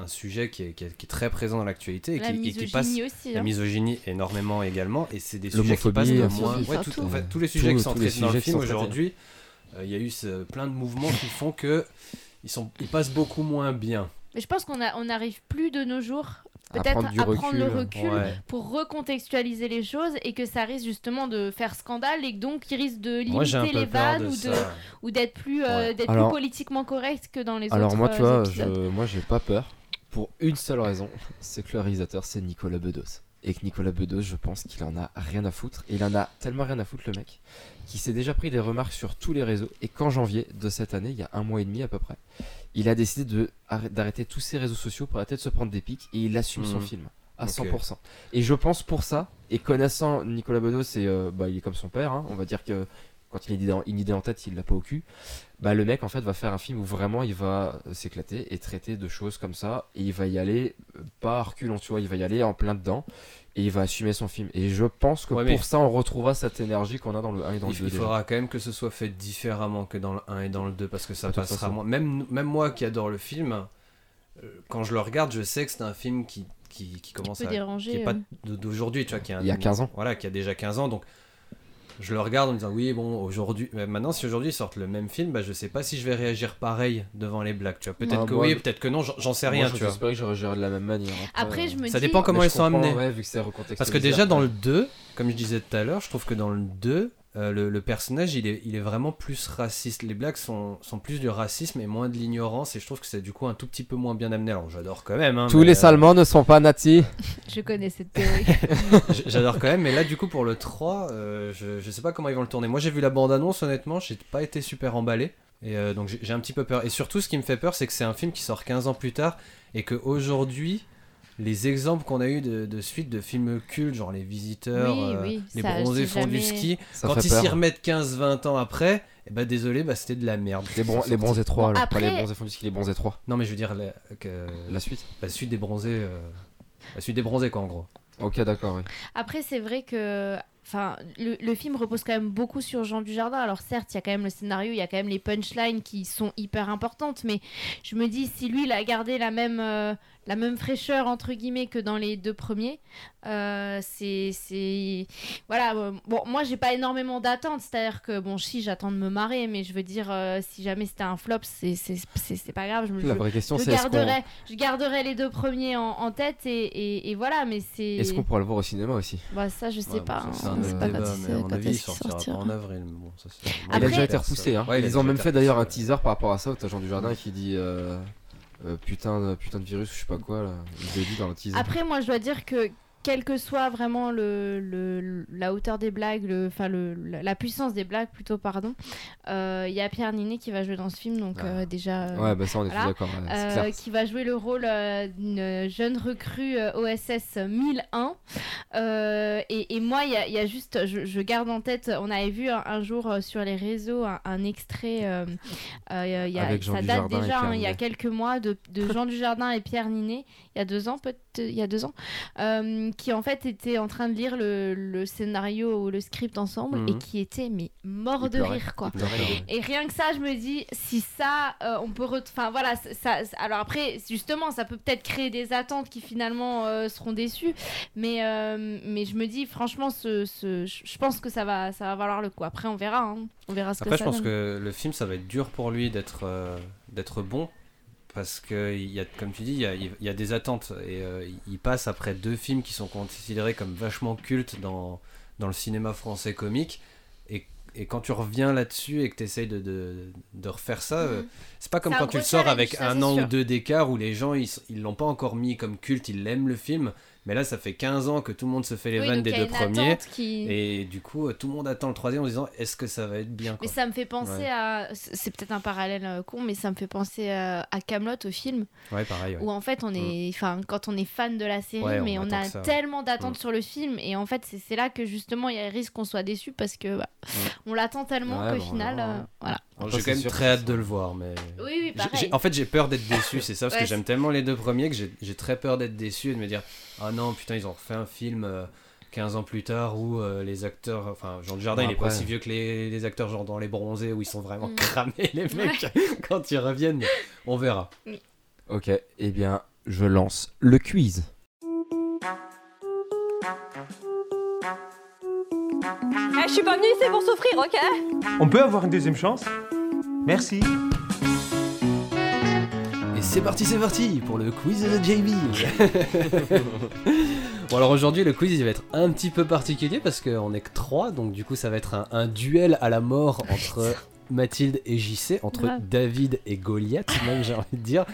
Speaker 9: un sujet qui est, qui est- qui est très présent dans l'actualité et,
Speaker 8: La
Speaker 9: qui- et qui passe.
Speaker 8: misogynie aussi.
Speaker 9: La
Speaker 8: hein.
Speaker 9: misogynie énormément également, et c'est des sujets qui passent
Speaker 7: L'homophobie,
Speaker 9: de
Speaker 7: aussi,
Speaker 9: moins.
Speaker 8: enfin,
Speaker 9: Ouais, tout-
Speaker 8: tout.
Speaker 9: en fait, tous les sujets
Speaker 7: Tous-
Speaker 9: qui sont
Speaker 7: tous les
Speaker 9: traités dans le
Speaker 7: sujets qui
Speaker 9: film
Speaker 7: sont traités.
Speaker 9: aujourd'hui, euh, il y a eu ce- plein de mouvements qui font que ils, sont, ils passent beaucoup moins bien.
Speaker 8: Mais je pense qu'on a- on n'arrive plus de nos jours
Speaker 7: À
Speaker 8: peut-être
Speaker 7: prendre
Speaker 8: à
Speaker 7: du
Speaker 8: prendre le
Speaker 7: recul.
Speaker 8: recul
Speaker 9: Ouais.
Speaker 8: pour recontextualiser les choses et que ça risque justement de faire scandale et que donc il risque de
Speaker 9: Moi j'ai un
Speaker 8: limiter
Speaker 9: peu
Speaker 8: les
Speaker 9: peur de
Speaker 8: vannes ou de-
Speaker 9: ça.
Speaker 8: ou d'être plus, euh,
Speaker 9: Ouais.
Speaker 8: d'être
Speaker 7: Alors-
Speaker 8: plus politiquement correct que dans les
Speaker 7: Alors
Speaker 8: autres
Speaker 7: moi, tu
Speaker 8: euh,
Speaker 7: vois,
Speaker 8: épisodes.
Speaker 7: je, moi, j'ai pas peur pour une seule raison, c'est que le réalisateur, c'est Nicolas Bedos. Et que Nicolas Bedos, je pense qu'il en a rien à foutre. Et il en a tellement rien à foutre, le mec, qu'il s'est déjà pris des remarques sur tous les réseaux. Et qu'en janvier de cette année, il y a un mois et demi à peu près, il a décidé de arrê- d'arrêter tous ses réseaux sociaux pour arrêter de se prendre des pics. Et il assume son
Speaker 9: Mhm.
Speaker 7: film à
Speaker 9: Ok.
Speaker 7: 100%. Et je pense pour ça, et connaissant Nicolas Bedos, et, euh, bah, il est comme son père, hein, on va dire que quand il a une idée en- une idée en tête, il l'a pas au cul bah, le mec en fait va faire un film où vraiment il va euh, s'éclater et traiter de choses comme ça et il va y aller euh, pas à reculons tu vois il va y aller en plein dedans et il va assumer son film et je pense que
Speaker 9: Ouais, mais-
Speaker 7: pour ça on retrouvera cette énergie qu'on a dans le 1 et dans le
Speaker 9: il,
Speaker 7: 2
Speaker 9: il
Speaker 7: déjà.
Speaker 9: faudra quand même que ce soit fait différemment que dans le 1 et dans le 2 parce que ça
Speaker 7: De toute
Speaker 9: passera
Speaker 7: façon.
Speaker 9: moins. Même, nous- même moi qui adore le film, euh, quand je le regarde, je sais que c'est un film qui, qui, qui commence
Speaker 8: peut
Speaker 9: à.
Speaker 8: déranger,
Speaker 9: qui est pas
Speaker 8: euh.
Speaker 9: d- d'aujourd'hui, tu vois. Qui a un-
Speaker 7: Il y a 15 ans.
Speaker 9: Voilà, qui a déjà 15 ans. Donc je le regarde en me disant, oui, bon, aujourd'hui. mais Maintenant, si aujourd'hui ils sortent le même film, bah, je sais pas si je vais réagir pareil devant les blagues, tu vois. Peut-être
Speaker 7: Ah,
Speaker 9: que
Speaker 7: moi,
Speaker 9: oui,
Speaker 7: je-
Speaker 9: peut-être que non, j'en- j'en sais rien,
Speaker 7: Moi,
Speaker 9: tu vois.
Speaker 7: j'espère que j'aurais géré de la même manière euh,
Speaker 8: Après, je me
Speaker 9: Ça
Speaker 8: dis,
Speaker 9: dépend comment
Speaker 7: Mais
Speaker 9: ils
Speaker 7: je
Speaker 9: sont
Speaker 7: comprends,
Speaker 9: amenés.
Speaker 7: ouais, vu que c'est recontextualisé
Speaker 9: Parce que déjà
Speaker 7: après.
Speaker 9: dans le 2, comme je disais tout à l'heure, je trouve que dans le 2, euh, le, le personnage il est, il est vraiment plus raciste. Les blagues sont, sont plus du racisme et moins de l'ignorance et je trouve que c'est du coup un tout petit peu moins bien amené. Alors j'adore quand même. hein,
Speaker 7: tous
Speaker 9: mais,
Speaker 7: les
Speaker 9: euh,
Speaker 7: Salmans ne sont pas natis
Speaker 8: je connais cette théorie.
Speaker 9: j- J'adore quand même, mais là du coup pour le 3, euh, je, je sais pas comment ils vont le tourner. Moi j'ai vu la bande-annonce honnêtement, j'ai pas été super emballé. Et euh, donc j'ai j'ai un petit peu peur. Et surtout ce qui me fait peur c'est que c'est un film qui sort 15 ans plus tard et qu'aujourd'hui... Les exemples qu'on a eu de, de suite de films cultes, genre Les Visiteurs,
Speaker 8: Oui,
Speaker 9: euh,
Speaker 8: oui,
Speaker 9: Les
Speaker 8: ça,
Speaker 9: Bronzés
Speaker 8: c'est
Speaker 9: font du
Speaker 8: jamais-
Speaker 9: ski,
Speaker 7: ça
Speaker 9: quand
Speaker 7: fait
Speaker 9: ils
Speaker 7: peur
Speaker 9: s'y remettent 15-20 ans après, eh ben désolé, bah c'était de la merde.
Speaker 7: les, bron- les bronzés 3 alors
Speaker 8: après-
Speaker 7: pas les bronzés fondus qui les bronzés 3
Speaker 9: Non mais je veux dire la, que-
Speaker 7: la suite
Speaker 9: la suite des bronzés, euh, la suite des bronzés quoi en gros.
Speaker 7: ok d'accord oui
Speaker 8: Après, c'est vrai que. Enfin, le, le film repose quand même beaucoup sur Jean Dujardin. Alors certes, il y a quand même le scénario, il y a quand même les punchlines qui sont hyper importantes, mais je me dis si lui, il a gardé la même, euh, la même fraîcheur entre guillemets que dans les deux premiers, euh, c'est, c'est, voilà. euh, Bon, moi, j'ai pas énormément d'attentes, c'est-à-dire que bon, si j'attends de me marrer, mais je veux dire, euh, si jamais c'était un flop, c'est, c'est, c'est, c'est pas grave. Je, me-
Speaker 7: la vraie question
Speaker 8: je, je
Speaker 7: c'est est-ce qu'on
Speaker 8: garderai, je garderai les deux premiers en, en tête et, et- et voilà, mais c'est.
Speaker 7: est-ce qu'on pourra le voir au cinéma aussi
Speaker 8: Bah ça je sais
Speaker 9: Ouais, bon,
Speaker 8: pas.
Speaker 9: ça,
Speaker 8: hein.
Speaker 9: C'est un
Speaker 8: On
Speaker 9: autre
Speaker 8: sait pas
Speaker 9: débat,
Speaker 8: quand
Speaker 9: mais
Speaker 8: il
Speaker 9: à
Speaker 8: se-
Speaker 9: mon
Speaker 8: quand
Speaker 9: avis, il
Speaker 8: est-ce qu'il
Speaker 9: sortira pas
Speaker 8: sortira.
Speaker 9: en avril. mais bon, ça, c'est-
Speaker 7: Il a
Speaker 8: Après-
Speaker 7: déjà été repoussé. Hein.
Speaker 9: Ouais, il a
Speaker 7: Ils ont
Speaker 9: déjà
Speaker 7: même
Speaker 9: été
Speaker 7: fait d'ailleurs un
Speaker 9: repoussé, ouais.
Speaker 7: teaser par rapport à ça. où T'as Jean Dujardin qui dit euh, euh, putain, de, putain de virus ou je sais pas quoi. Là. Il l'a dit dans le teaser.
Speaker 8: Après moi je dois dire que quelle que soit vraiment le, le- la hauteur des blagues, le, enfin le, la la puissance des blagues plutôt pardon, euh, il y a Pierre Ninet qui va jouer dans ce film donc
Speaker 9: Ah.
Speaker 8: euh, déjà. euh,
Speaker 7: ouais, bah ça on est
Speaker 8: voilà.
Speaker 7: tous d'accord. ouais,
Speaker 8: euh,
Speaker 7: c'est clair.
Speaker 8: qui va jouer le rôle euh, d'une jeune recrue euh, OSS 1001. Euh, et, et moi, il y a, il y a juste, je, je garde en tête, on avait vu un, un jour euh, sur les réseaux un, un extrait, euh, euh, il y a-
Speaker 7: Avec Jean
Speaker 8: ça date
Speaker 7: Dujardin et
Speaker 8: déjà,
Speaker 7: Pierre
Speaker 8: hein, il y a
Speaker 7: Ninet.
Speaker 8: quelques mois, de, de Jean Dujardin et Pierre Ninet, il y a deux ans peut-être. deux- il y a deux ans, euh, qui en fait étaient en train de lire le, le scénario ou le script ensemble
Speaker 9: Mhm.
Speaker 8: et qui étaient mais morts
Speaker 9: Il
Speaker 8: de
Speaker 9: pleurait.
Speaker 8: rire quoi.
Speaker 7: euh,
Speaker 9: Il pleurait, ouais.
Speaker 8: euh, Et rien que ça, je me dis, si ça, euh, on peut. re- Enfin voilà, c- ça, c- alors après, justement, ça peut peut-être créer des attentes qui finalement euh, seront déçues. Mais, euh, mais je me dis, franchement, ce, ce- je je pense que ça va, ça va valoir le coup. Après, on verra. hein. On verra ce
Speaker 9: Après,
Speaker 8: que
Speaker 9: je
Speaker 8: ça
Speaker 9: pense
Speaker 8: donne.
Speaker 9: que le film, ça va être dur pour lui d'être euh, d'être bon. Parce que, il y a, comme tu dis, il y a, il y a des attentes. Et euh, il passe après deux films qui sont considérés comme vachement cultes dans, dans le cinéma français comique. Et, et quand tu reviens là-dessus et que tu essayes de, de, de refaire ça,
Speaker 8: Mm.
Speaker 9: euh,
Speaker 8: Mhm.
Speaker 9: c'est pas comme
Speaker 12: C'est un
Speaker 9: quand tu
Speaker 12: gros
Speaker 9: le sors
Speaker 12: challenge,
Speaker 9: avec
Speaker 12: ça,
Speaker 9: un
Speaker 12: c'est
Speaker 9: an ou
Speaker 12: sûr.
Speaker 9: deux d'écart où les gens, ils s- ils l'ont pas encore mis comme culte, ils l'aiment le film. Mais là, ça fait 15 ans que tout le monde se fait les
Speaker 8: Oui,
Speaker 9: vannes
Speaker 8: donc
Speaker 9: des
Speaker 8: il y a
Speaker 9: deux
Speaker 8: une
Speaker 9: premiers.
Speaker 8: attente qui-
Speaker 9: Et du coup, euh, tout le monde attend le troisième en se disant est-ce que ça va être bien
Speaker 8: Mais
Speaker 9: quoi.
Speaker 8: ça me fait penser
Speaker 9: Ouais.
Speaker 8: à. C'est c'est peut-être un parallèle euh, con, mais ça me fait penser euh, à Camelot au film.
Speaker 9: Ouais, pareil. ouais. Mm.
Speaker 8: Où en fait, on est, enfin, quand on est fan de la série,
Speaker 9: Ouais, on
Speaker 8: mais on,
Speaker 9: attend
Speaker 8: a
Speaker 9: que ça.
Speaker 8: tellement d'attentes
Speaker 9: Mm.
Speaker 8: sur le film, et en fait, c'est c'est là que justement il y a le risque qu'on soit déçu parce que bah, on l'attend tellement
Speaker 9: Mm. Ouais,
Speaker 8: qu'au
Speaker 9: bon,
Speaker 8: final,
Speaker 9: alors,
Speaker 8: euh, voilà.
Speaker 9: Alors,
Speaker 7: Après,
Speaker 9: j'ai quand
Speaker 7: c'est
Speaker 9: même
Speaker 7: sûr
Speaker 9: très hâte de le voir, mais.
Speaker 8: Oui, oui,
Speaker 9: J'ai-
Speaker 8: pareil.
Speaker 9: j'ai- En fait, j'ai peur d'être déçu, c'est ça, parce
Speaker 8: Ouais,
Speaker 9: que j'aime tellement les deux premiers que j'ai- j'ai très peur d'être déçu et de me dire Ah non, putain, ils ont refait un film euh, 15 ans plus tard où euh, les acteurs. Enfin, Jean Dujardin,
Speaker 7: Ouais,
Speaker 9: il est pas
Speaker 7: après.
Speaker 9: si vieux que les, les acteurs, genre dans Les Bronzés, où ils sont vraiment
Speaker 8: Mm.
Speaker 9: cramés, les mecs, quand ils reviennent. mais On verra.
Speaker 7: Ok, eh bien, je lance le quiz.
Speaker 13: Eh, je suis pas venue ici pour souffrir, ok
Speaker 5: On peut avoir une deuxième chance Merci.
Speaker 9: Et c'est parti, c'est parti pour le quiz de JB. bon alors aujourd'hui le quiz il va être un petit peu particulier parce qu'on est que trois donc du coup ça va être un, un duel à la mort entre Mathilde et JC, entre
Speaker 7: Grave.
Speaker 9: David et Goliath même j'ai envie de dire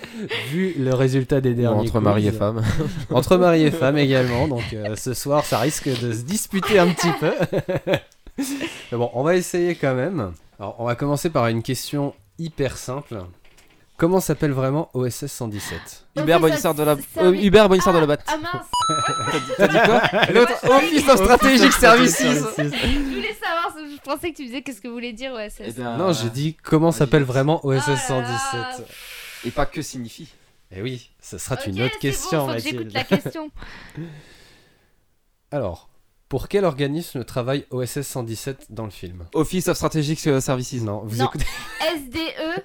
Speaker 9: vu le résultat des derniers.
Speaker 7: entre
Speaker 9: quiz.
Speaker 7: mari et femme.
Speaker 9: entre mari et femme également donc euh, ce soir ça risque de se disputer un petit peu. Mais bon on va essayer quand même. Alors on va commencer par une question hyper simple. Comment s'appelle vraiment OSS 117
Speaker 7: Hubert Bonissard de la
Speaker 8: ça
Speaker 7: euh,
Speaker 8: avait-
Speaker 7: Hubert Bonissard de la Batte.
Speaker 8: Ah mince
Speaker 7: T'as dit quoi L'autre Office of Strategic Services.
Speaker 8: Je voulais savoir, je pensais que tu disais qu'est-ce que voulait dire ouais
Speaker 9: Eh
Speaker 8: c'est ça.
Speaker 9: Non, j'ai dit comment s'appelle vraiment OSS
Speaker 8: Ah
Speaker 9: 117
Speaker 7: Et pas que signifie.
Speaker 9: Eh oui, ce sera
Speaker 8: Ok,
Speaker 9: une autre
Speaker 8: c'est bon,
Speaker 9: question,
Speaker 8: faut que
Speaker 9: Mathilde.
Speaker 8: j'écoute la question.
Speaker 9: Alors, pour quel organisme travaille OSS 117 dans le film
Speaker 7: Office of Strategic euh, Services.
Speaker 9: Non, vous
Speaker 8: Non. E,
Speaker 9: écoutez.
Speaker 8: SDE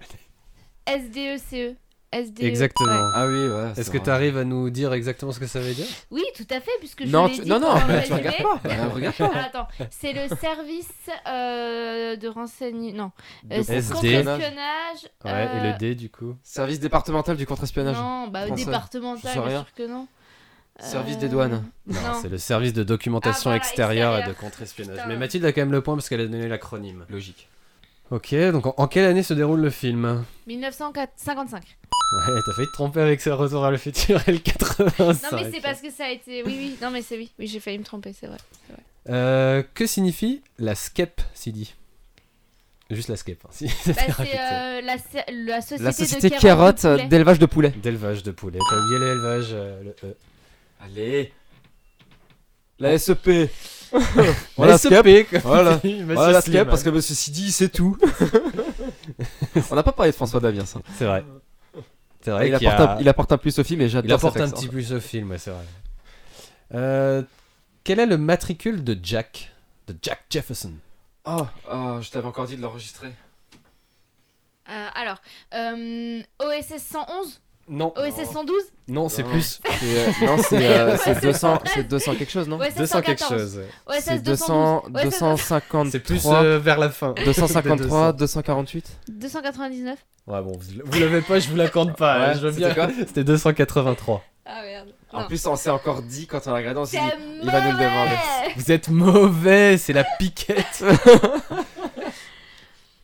Speaker 8: SDECE SDE
Speaker 9: Exactement.
Speaker 8: E, Ouais.
Speaker 7: Ah oui, ouais.
Speaker 9: Est-ce que tu arrives à nous dire exactement ce que ça veut dire
Speaker 8: Oui, tout à fait, puisque je
Speaker 9: Non,
Speaker 8: l'ai
Speaker 9: tu-
Speaker 8: dit
Speaker 9: non, non,
Speaker 8: pendant le
Speaker 9: mais tu
Speaker 8: résumé.
Speaker 9: regardes pas, euh, regarde pas.
Speaker 8: Alors, attends, c'est le service euh, de renseignement. Non,
Speaker 7: De
Speaker 8: euh, c'est
Speaker 7: SD.
Speaker 8: contre-espionnage,
Speaker 9: Ouais,
Speaker 8: euh,
Speaker 9: et le D du coup
Speaker 7: Service départemental du contre-espionnage.
Speaker 8: Non, bah
Speaker 7: Français.
Speaker 8: départemental,
Speaker 7: Je sais
Speaker 8: bien
Speaker 7: rien.
Speaker 8: sûr que non.
Speaker 7: Service
Speaker 8: Euh,
Speaker 7: des douanes.
Speaker 9: Non,
Speaker 8: Non.
Speaker 9: c'est le service de documentation
Speaker 8: Ah, voilà,
Speaker 9: extérieure et de
Speaker 8: extérieure.
Speaker 9: contre-espionnage.
Speaker 8: Putain.
Speaker 9: Mais Mathilde a quand même le point parce qu'elle a donné l'acronyme.
Speaker 7: Logique.
Speaker 9: Ok, donc en, en quelle année se déroule le film
Speaker 8: 1955.
Speaker 9: Ouais, t'as failli te tromper avec ce retour à le futur et le 85.
Speaker 7: Ah,
Speaker 8: Non, mais c'est parce que ça a été. Oui, oui, non, mais c'est oui. Oui, j'ai failli me tromper, c'est vrai. c'est vrai.
Speaker 9: Euh, que signifie la skep, Sidi Juste la skep. hein, si-
Speaker 8: Bah, c'est euh, la, sé- la société,
Speaker 7: La société
Speaker 8: de
Speaker 7: carotte
Speaker 8: de
Speaker 7: euh,
Speaker 8: poulet.
Speaker 7: d'élevage de poulet.
Speaker 9: D'élevage de poulet. T'as oublié l'élevage, euh, le E.
Speaker 7: Allez. Oh. La E SEP.
Speaker 9: La
Speaker 7: E
Speaker 9: SEP, comme
Speaker 7: Voilà.
Speaker 9: dit Monsieur
Speaker 7: Voilà la
Speaker 9: Slim.
Speaker 7: SEP parce que Monsieur Sidi, c'est tout. On n'a pas parlé de François Damien, ça.
Speaker 9: C'est vrai. C'est vrai
Speaker 7: il,
Speaker 9: qu'il y
Speaker 7: apporte
Speaker 9: a-
Speaker 7: un, il apporte un plus au film et j'adore
Speaker 9: Il apporte
Speaker 7: cet
Speaker 9: un
Speaker 7: accent.
Speaker 9: petit plus au film, ouais, c'est vrai. Euh, quel est le matricule de Jack De Jack Jefferson
Speaker 7: Oh, oh, je t'avais encore dit de l'enregistrer.
Speaker 8: Euh, alors, euh, OSS 111
Speaker 9: Non.
Speaker 8: OSS 112
Speaker 9: Non, c'est
Speaker 7: Non.
Speaker 9: plus.
Speaker 7: C'est, euh, non, c'est, euh, c'est 200, c'est 200 quelque chose, non
Speaker 8: Ouais, c'est 200 quelque 114. chose. Ouais, ça,
Speaker 7: C'est
Speaker 8: c'est
Speaker 7: 200,
Speaker 8: 212. Ouais, ça, c'est-
Speaker 7: 253.
Speaker 9: euh, C'est plus, euh, vers la fin.
Speaker 7: 253, 248.
Speaker 8: 299
Speaker 9: Ouais, bon, vous vous l'avez pas, je vous la compte pas.
Speaker 7: Ouais,
Speaker 9: hein, je veux bien.
Speaker 7: c'était quoi
Speaker 9: C'était 283.
Speaker 8: Ah merde.
Speaker 7: En plus, on s'est encore dit quand on a regardé, on s'est dit,
Speaker 8: T'es
Speaker 7: il va nous le demander.
Speaker 9: Vous êtes mauvais, c'est la piquette.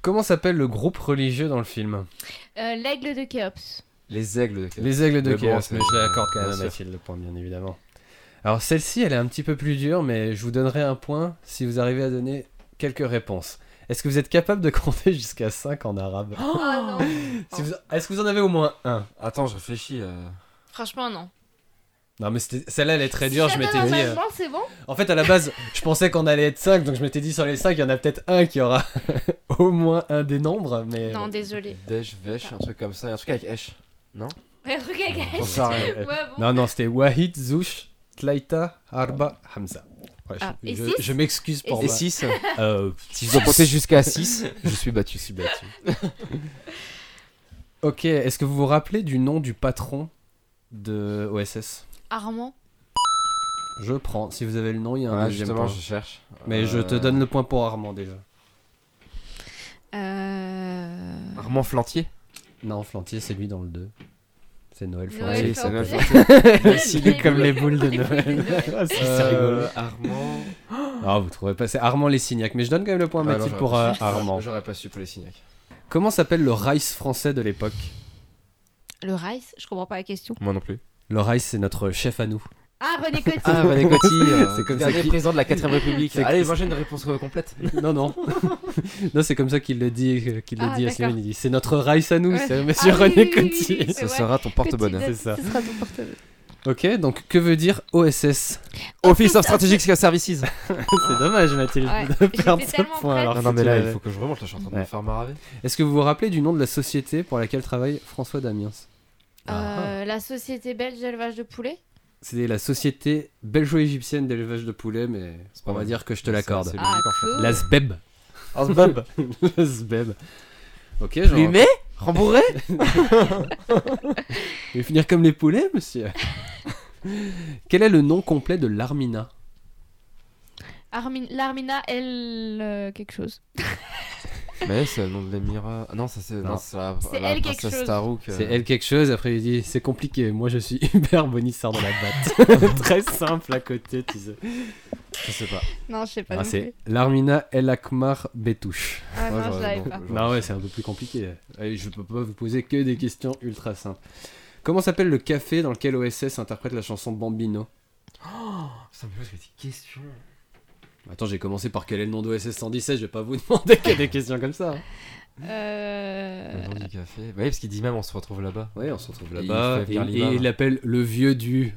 Speaker 9: Comment s'appelle le groupe religieux dans le film
Speaker 8: Euh, L'aigle de Khéops.
Speaker 7: Les aigles de Khéops.
Speaker 9: Les aigles de
Speaker 7: Mais bon,
Speaker 9: Chaos,
Speaker 7: c'est-
Speaker 9: mais je l'accorde quand
Speaker 7: euh, bien
Speaker 9: même à
Speaker 7: sûr.
Speaker 9: Mathilde le point, bien évidemment. Alors celle-ci, elle est un petit peu plus dure, mais je vous donnerai un point si vous arrivez à donner quelques réponses. Est-ce que vous êtes capable de compter jusqu'à 5 en arabe
Speaker 8: Oh, non.
Speaker 9: Si vous- Est-ce que vous en avez au moins un
Speaker 7: Attends, je réfléchis. euh.
Speaker 8: Franchement, non.
Speaker 9: Non, mais c'était- celle-là, elle est très dure, je
Speaker 8: J'adore
Speaker 9: m'étais dit... euh,
Speaker 8: normalement, c'est bon
Speaker 9: En fait, à la base, je pensais qu'on allait être 5, donc je m'étais dit sur les 5, il y en a peut-être un qui aura au moins un des nombres, mais...
Speaker 8: Non, désolé.
Speaker 7: Dej, Vesh, un truc comme ça, un truc avec Esh. Non
Speaker 8: Un truc à gage.
Speaker 9: J'en sais rien.
Speaker 8: Ouais, bon.
Speaker 9: Non, non, c'était Wahid, Zouch, Tlaïta, Arba, Hamza. Ouais, je-
Speaker 8: Ah, et
Speaker 9: je
Speaker 8: six
Speaker 9: je m'excuse pour
Speaker 7: Et
Speaker 9: ma-
Speaker 7: six
Speaker 9: Euh,
Speaker 7: Si je dois compter bah. jusqu'à six, je suis battu.
Speaker 9: Je suis battu. ok, est-ce que vous vous rappelez du nom du patron de OSS
Speaker 12: Armand.
Speaker 9: Je prends. Si vous avez le nom, il y a un
Speaker 7: Ouais,
Speaker 9: deuxième
Speaker 7: hein, justement,
Speaker 9: point.
Speaker 7: je cherche.
Speaker 9: Mais je te
Speaker 7: Euh,
Speaker 9: donne le point pour Armand déjà.
Speaker 12: Euh...
Speaker 7: Armand Flantier
Speaker 9: Non, Flantier, c'est lui dans le 2. C'est Noël Flantier.
Speaker 7: Noël Oui, c'est Noël Flantier. Flantier.
Speaker 9: Il est comme les boules de
Speaker 7: Les boules de
Speaker 9: Noël.
Speaker 7: Noël.
Speaker 9: Ah, c'est
Speaker 7: Euh,
Speaker 9: rigolo.
Speaker 7: Armand.
Speaker 9: Ah, vous trouvez pas. C'est Armand Lessignac. Mais je donne quand même le point à
Speaker 7: Ah, non,
Speaker 9: Mathilde
Speaker 7: j'aurais
Speaker 9: pour
Speaker 7: pas
Speaker 9: euh,
Speaker 7: su.
Speaker 9: Armand.
Speaker 7: J'aurais pas su pour les signacs.
Speaker 9: Comment s'appelle le rice français de l'époque
Speaker 8: Le rice, je comprends pas la question.
Speaker 7: Moi non plus.
Speaker 9: Le rice, c'est notre chef à nous.
Speaker 8: Ah, René Coty.
Speaker 7: Ah, René Coty, euh,
Speaker 9: c'est comme ça
Speaker 7: dernier
Speaker 9: qu'il-
Speaker 7: président de la 4ème République.
Speaker 9: C'est-
Speaker 7: Allez, mangez une réponse euh, complète.
Speaker 9: Non, non. non, c'est comme ça qu'il le dit, euh, qu'il le
Speaker 7: Ah,
Speaker 9: dit à
Speaker 7: d'accord.
Speaker 9: Slimane. Il dit, C'est notre rice à nous,
Speaker 7: Ouais.
Speaker 9: c'est Monsieur
Speaker 7: Ah oui,
Speaker 9: René
Speaker 7: oui, oui,
Speaker 9: Coty.
Speaker 7: oui, oui, Ce ouais. sera ton porte-bonheur.
Speaker 9: C'est ça.
Speaker 7: Ce
Speaker 12: sera ton porte-bonheur.
Speaker 9: Ok, donc que veut dire OSS
Speaker 7: Office of Strategic Services.
Speaker 9: Oh, c'est dommage, Mathilde,
Speaker 7: Ouais,
Speaker 9: de
Speaker 7: j'étais
Speaker 9: perdre ce
Speaker 7: tellement
Speaker 9: point.
Speaker 7: prête.
Speaker 9: Alors
Speaker 8: Euh,
Speaker 7: Non,
Speaker 9: que
Speaker 7: mais
Speaker 9: tu
Speaker 7: là, il
Speaker 9: l'avais.
Speaker 7: faut que je remonte, là, je suis en train de me faire maraver.
Speaker 9: Est-ce que vous vous rappelez du nom de la société pour laquelle travaille François Damiens Ah.
Speaker 8: Euh, la société belge d'élevage de poulets.
Speaker 9: C'est la société belgeo-égyptienne d'élevage de poulets, mais on va dire que je te l'accorde.
Speaker 8: c'est logique, en fait. Ah, cool.
Speaker 9: La SBEB.
Speaker 7: La SBEB.
Speaker 9: la SBEB. Ok, genre.
Speaker 7: Plumé Rembourré
Speaker 9: Mais finir comme les poulets, monsieur. Quel est le nom complet de l'Armina
Speaker 8: Armin- L'Armina, elle. euh, quelque chose.
Speaker 7: Mais c'est le nom de l'émirat. Ah Non, ça c'est. Non, c'est la,
Speaker 8: C'est
Speaker 7: la
Speaker 8: elle quelque
Speaker 7: princesse
Speaker 8: chose.
Speaker 7: Tarouk. euh.
Speaker 9: C'est elle quelque chose, après il dit c'est compliqué, moi je suis Hubert Bonissard de la batte. Très simple à côté, tu sais.
Speaker 7: Je sais pas.
Speaker 8: Non, je sais pas.
Speaker 9: Ah,
Speaker 8: non
Speaker 9: c'est Larmina El Akmar Betouche.
Speaker 8: Ah, non, Ouais, je j'aurais- l'avais non, pas.
Speaker 9: Non, ouais, c'est un peu plus compliqué. Et je peux pas vous poser que des questions ultra simples. Comment s'appelle le café dans lequel OSS interprète la chanson Bambino
Speaker 7: Oh, ça me pose des questions.
Speaker 9: Attends, j'ai commencé par quel est le nom d'OSS 117, je vais pas vous demander que des questions comme ça. hein.
Speaker 8: plus. Euh,
Speaker 9: Ah,
Speaker 7: Le nom du café. Bah Oui, parce qu'il dit même on se retrouve là-bas.
Speaker 9: Ouais, on se retrouve
Speaker 7: Et il
Speaker 9: là-bas.
Speaker 7: fait
Speaker 9: Et,
Speaker 7: faire
Speaker 9: et
Speaker 7: l'imam.
Speaker 9: il l'appelle le vieux du.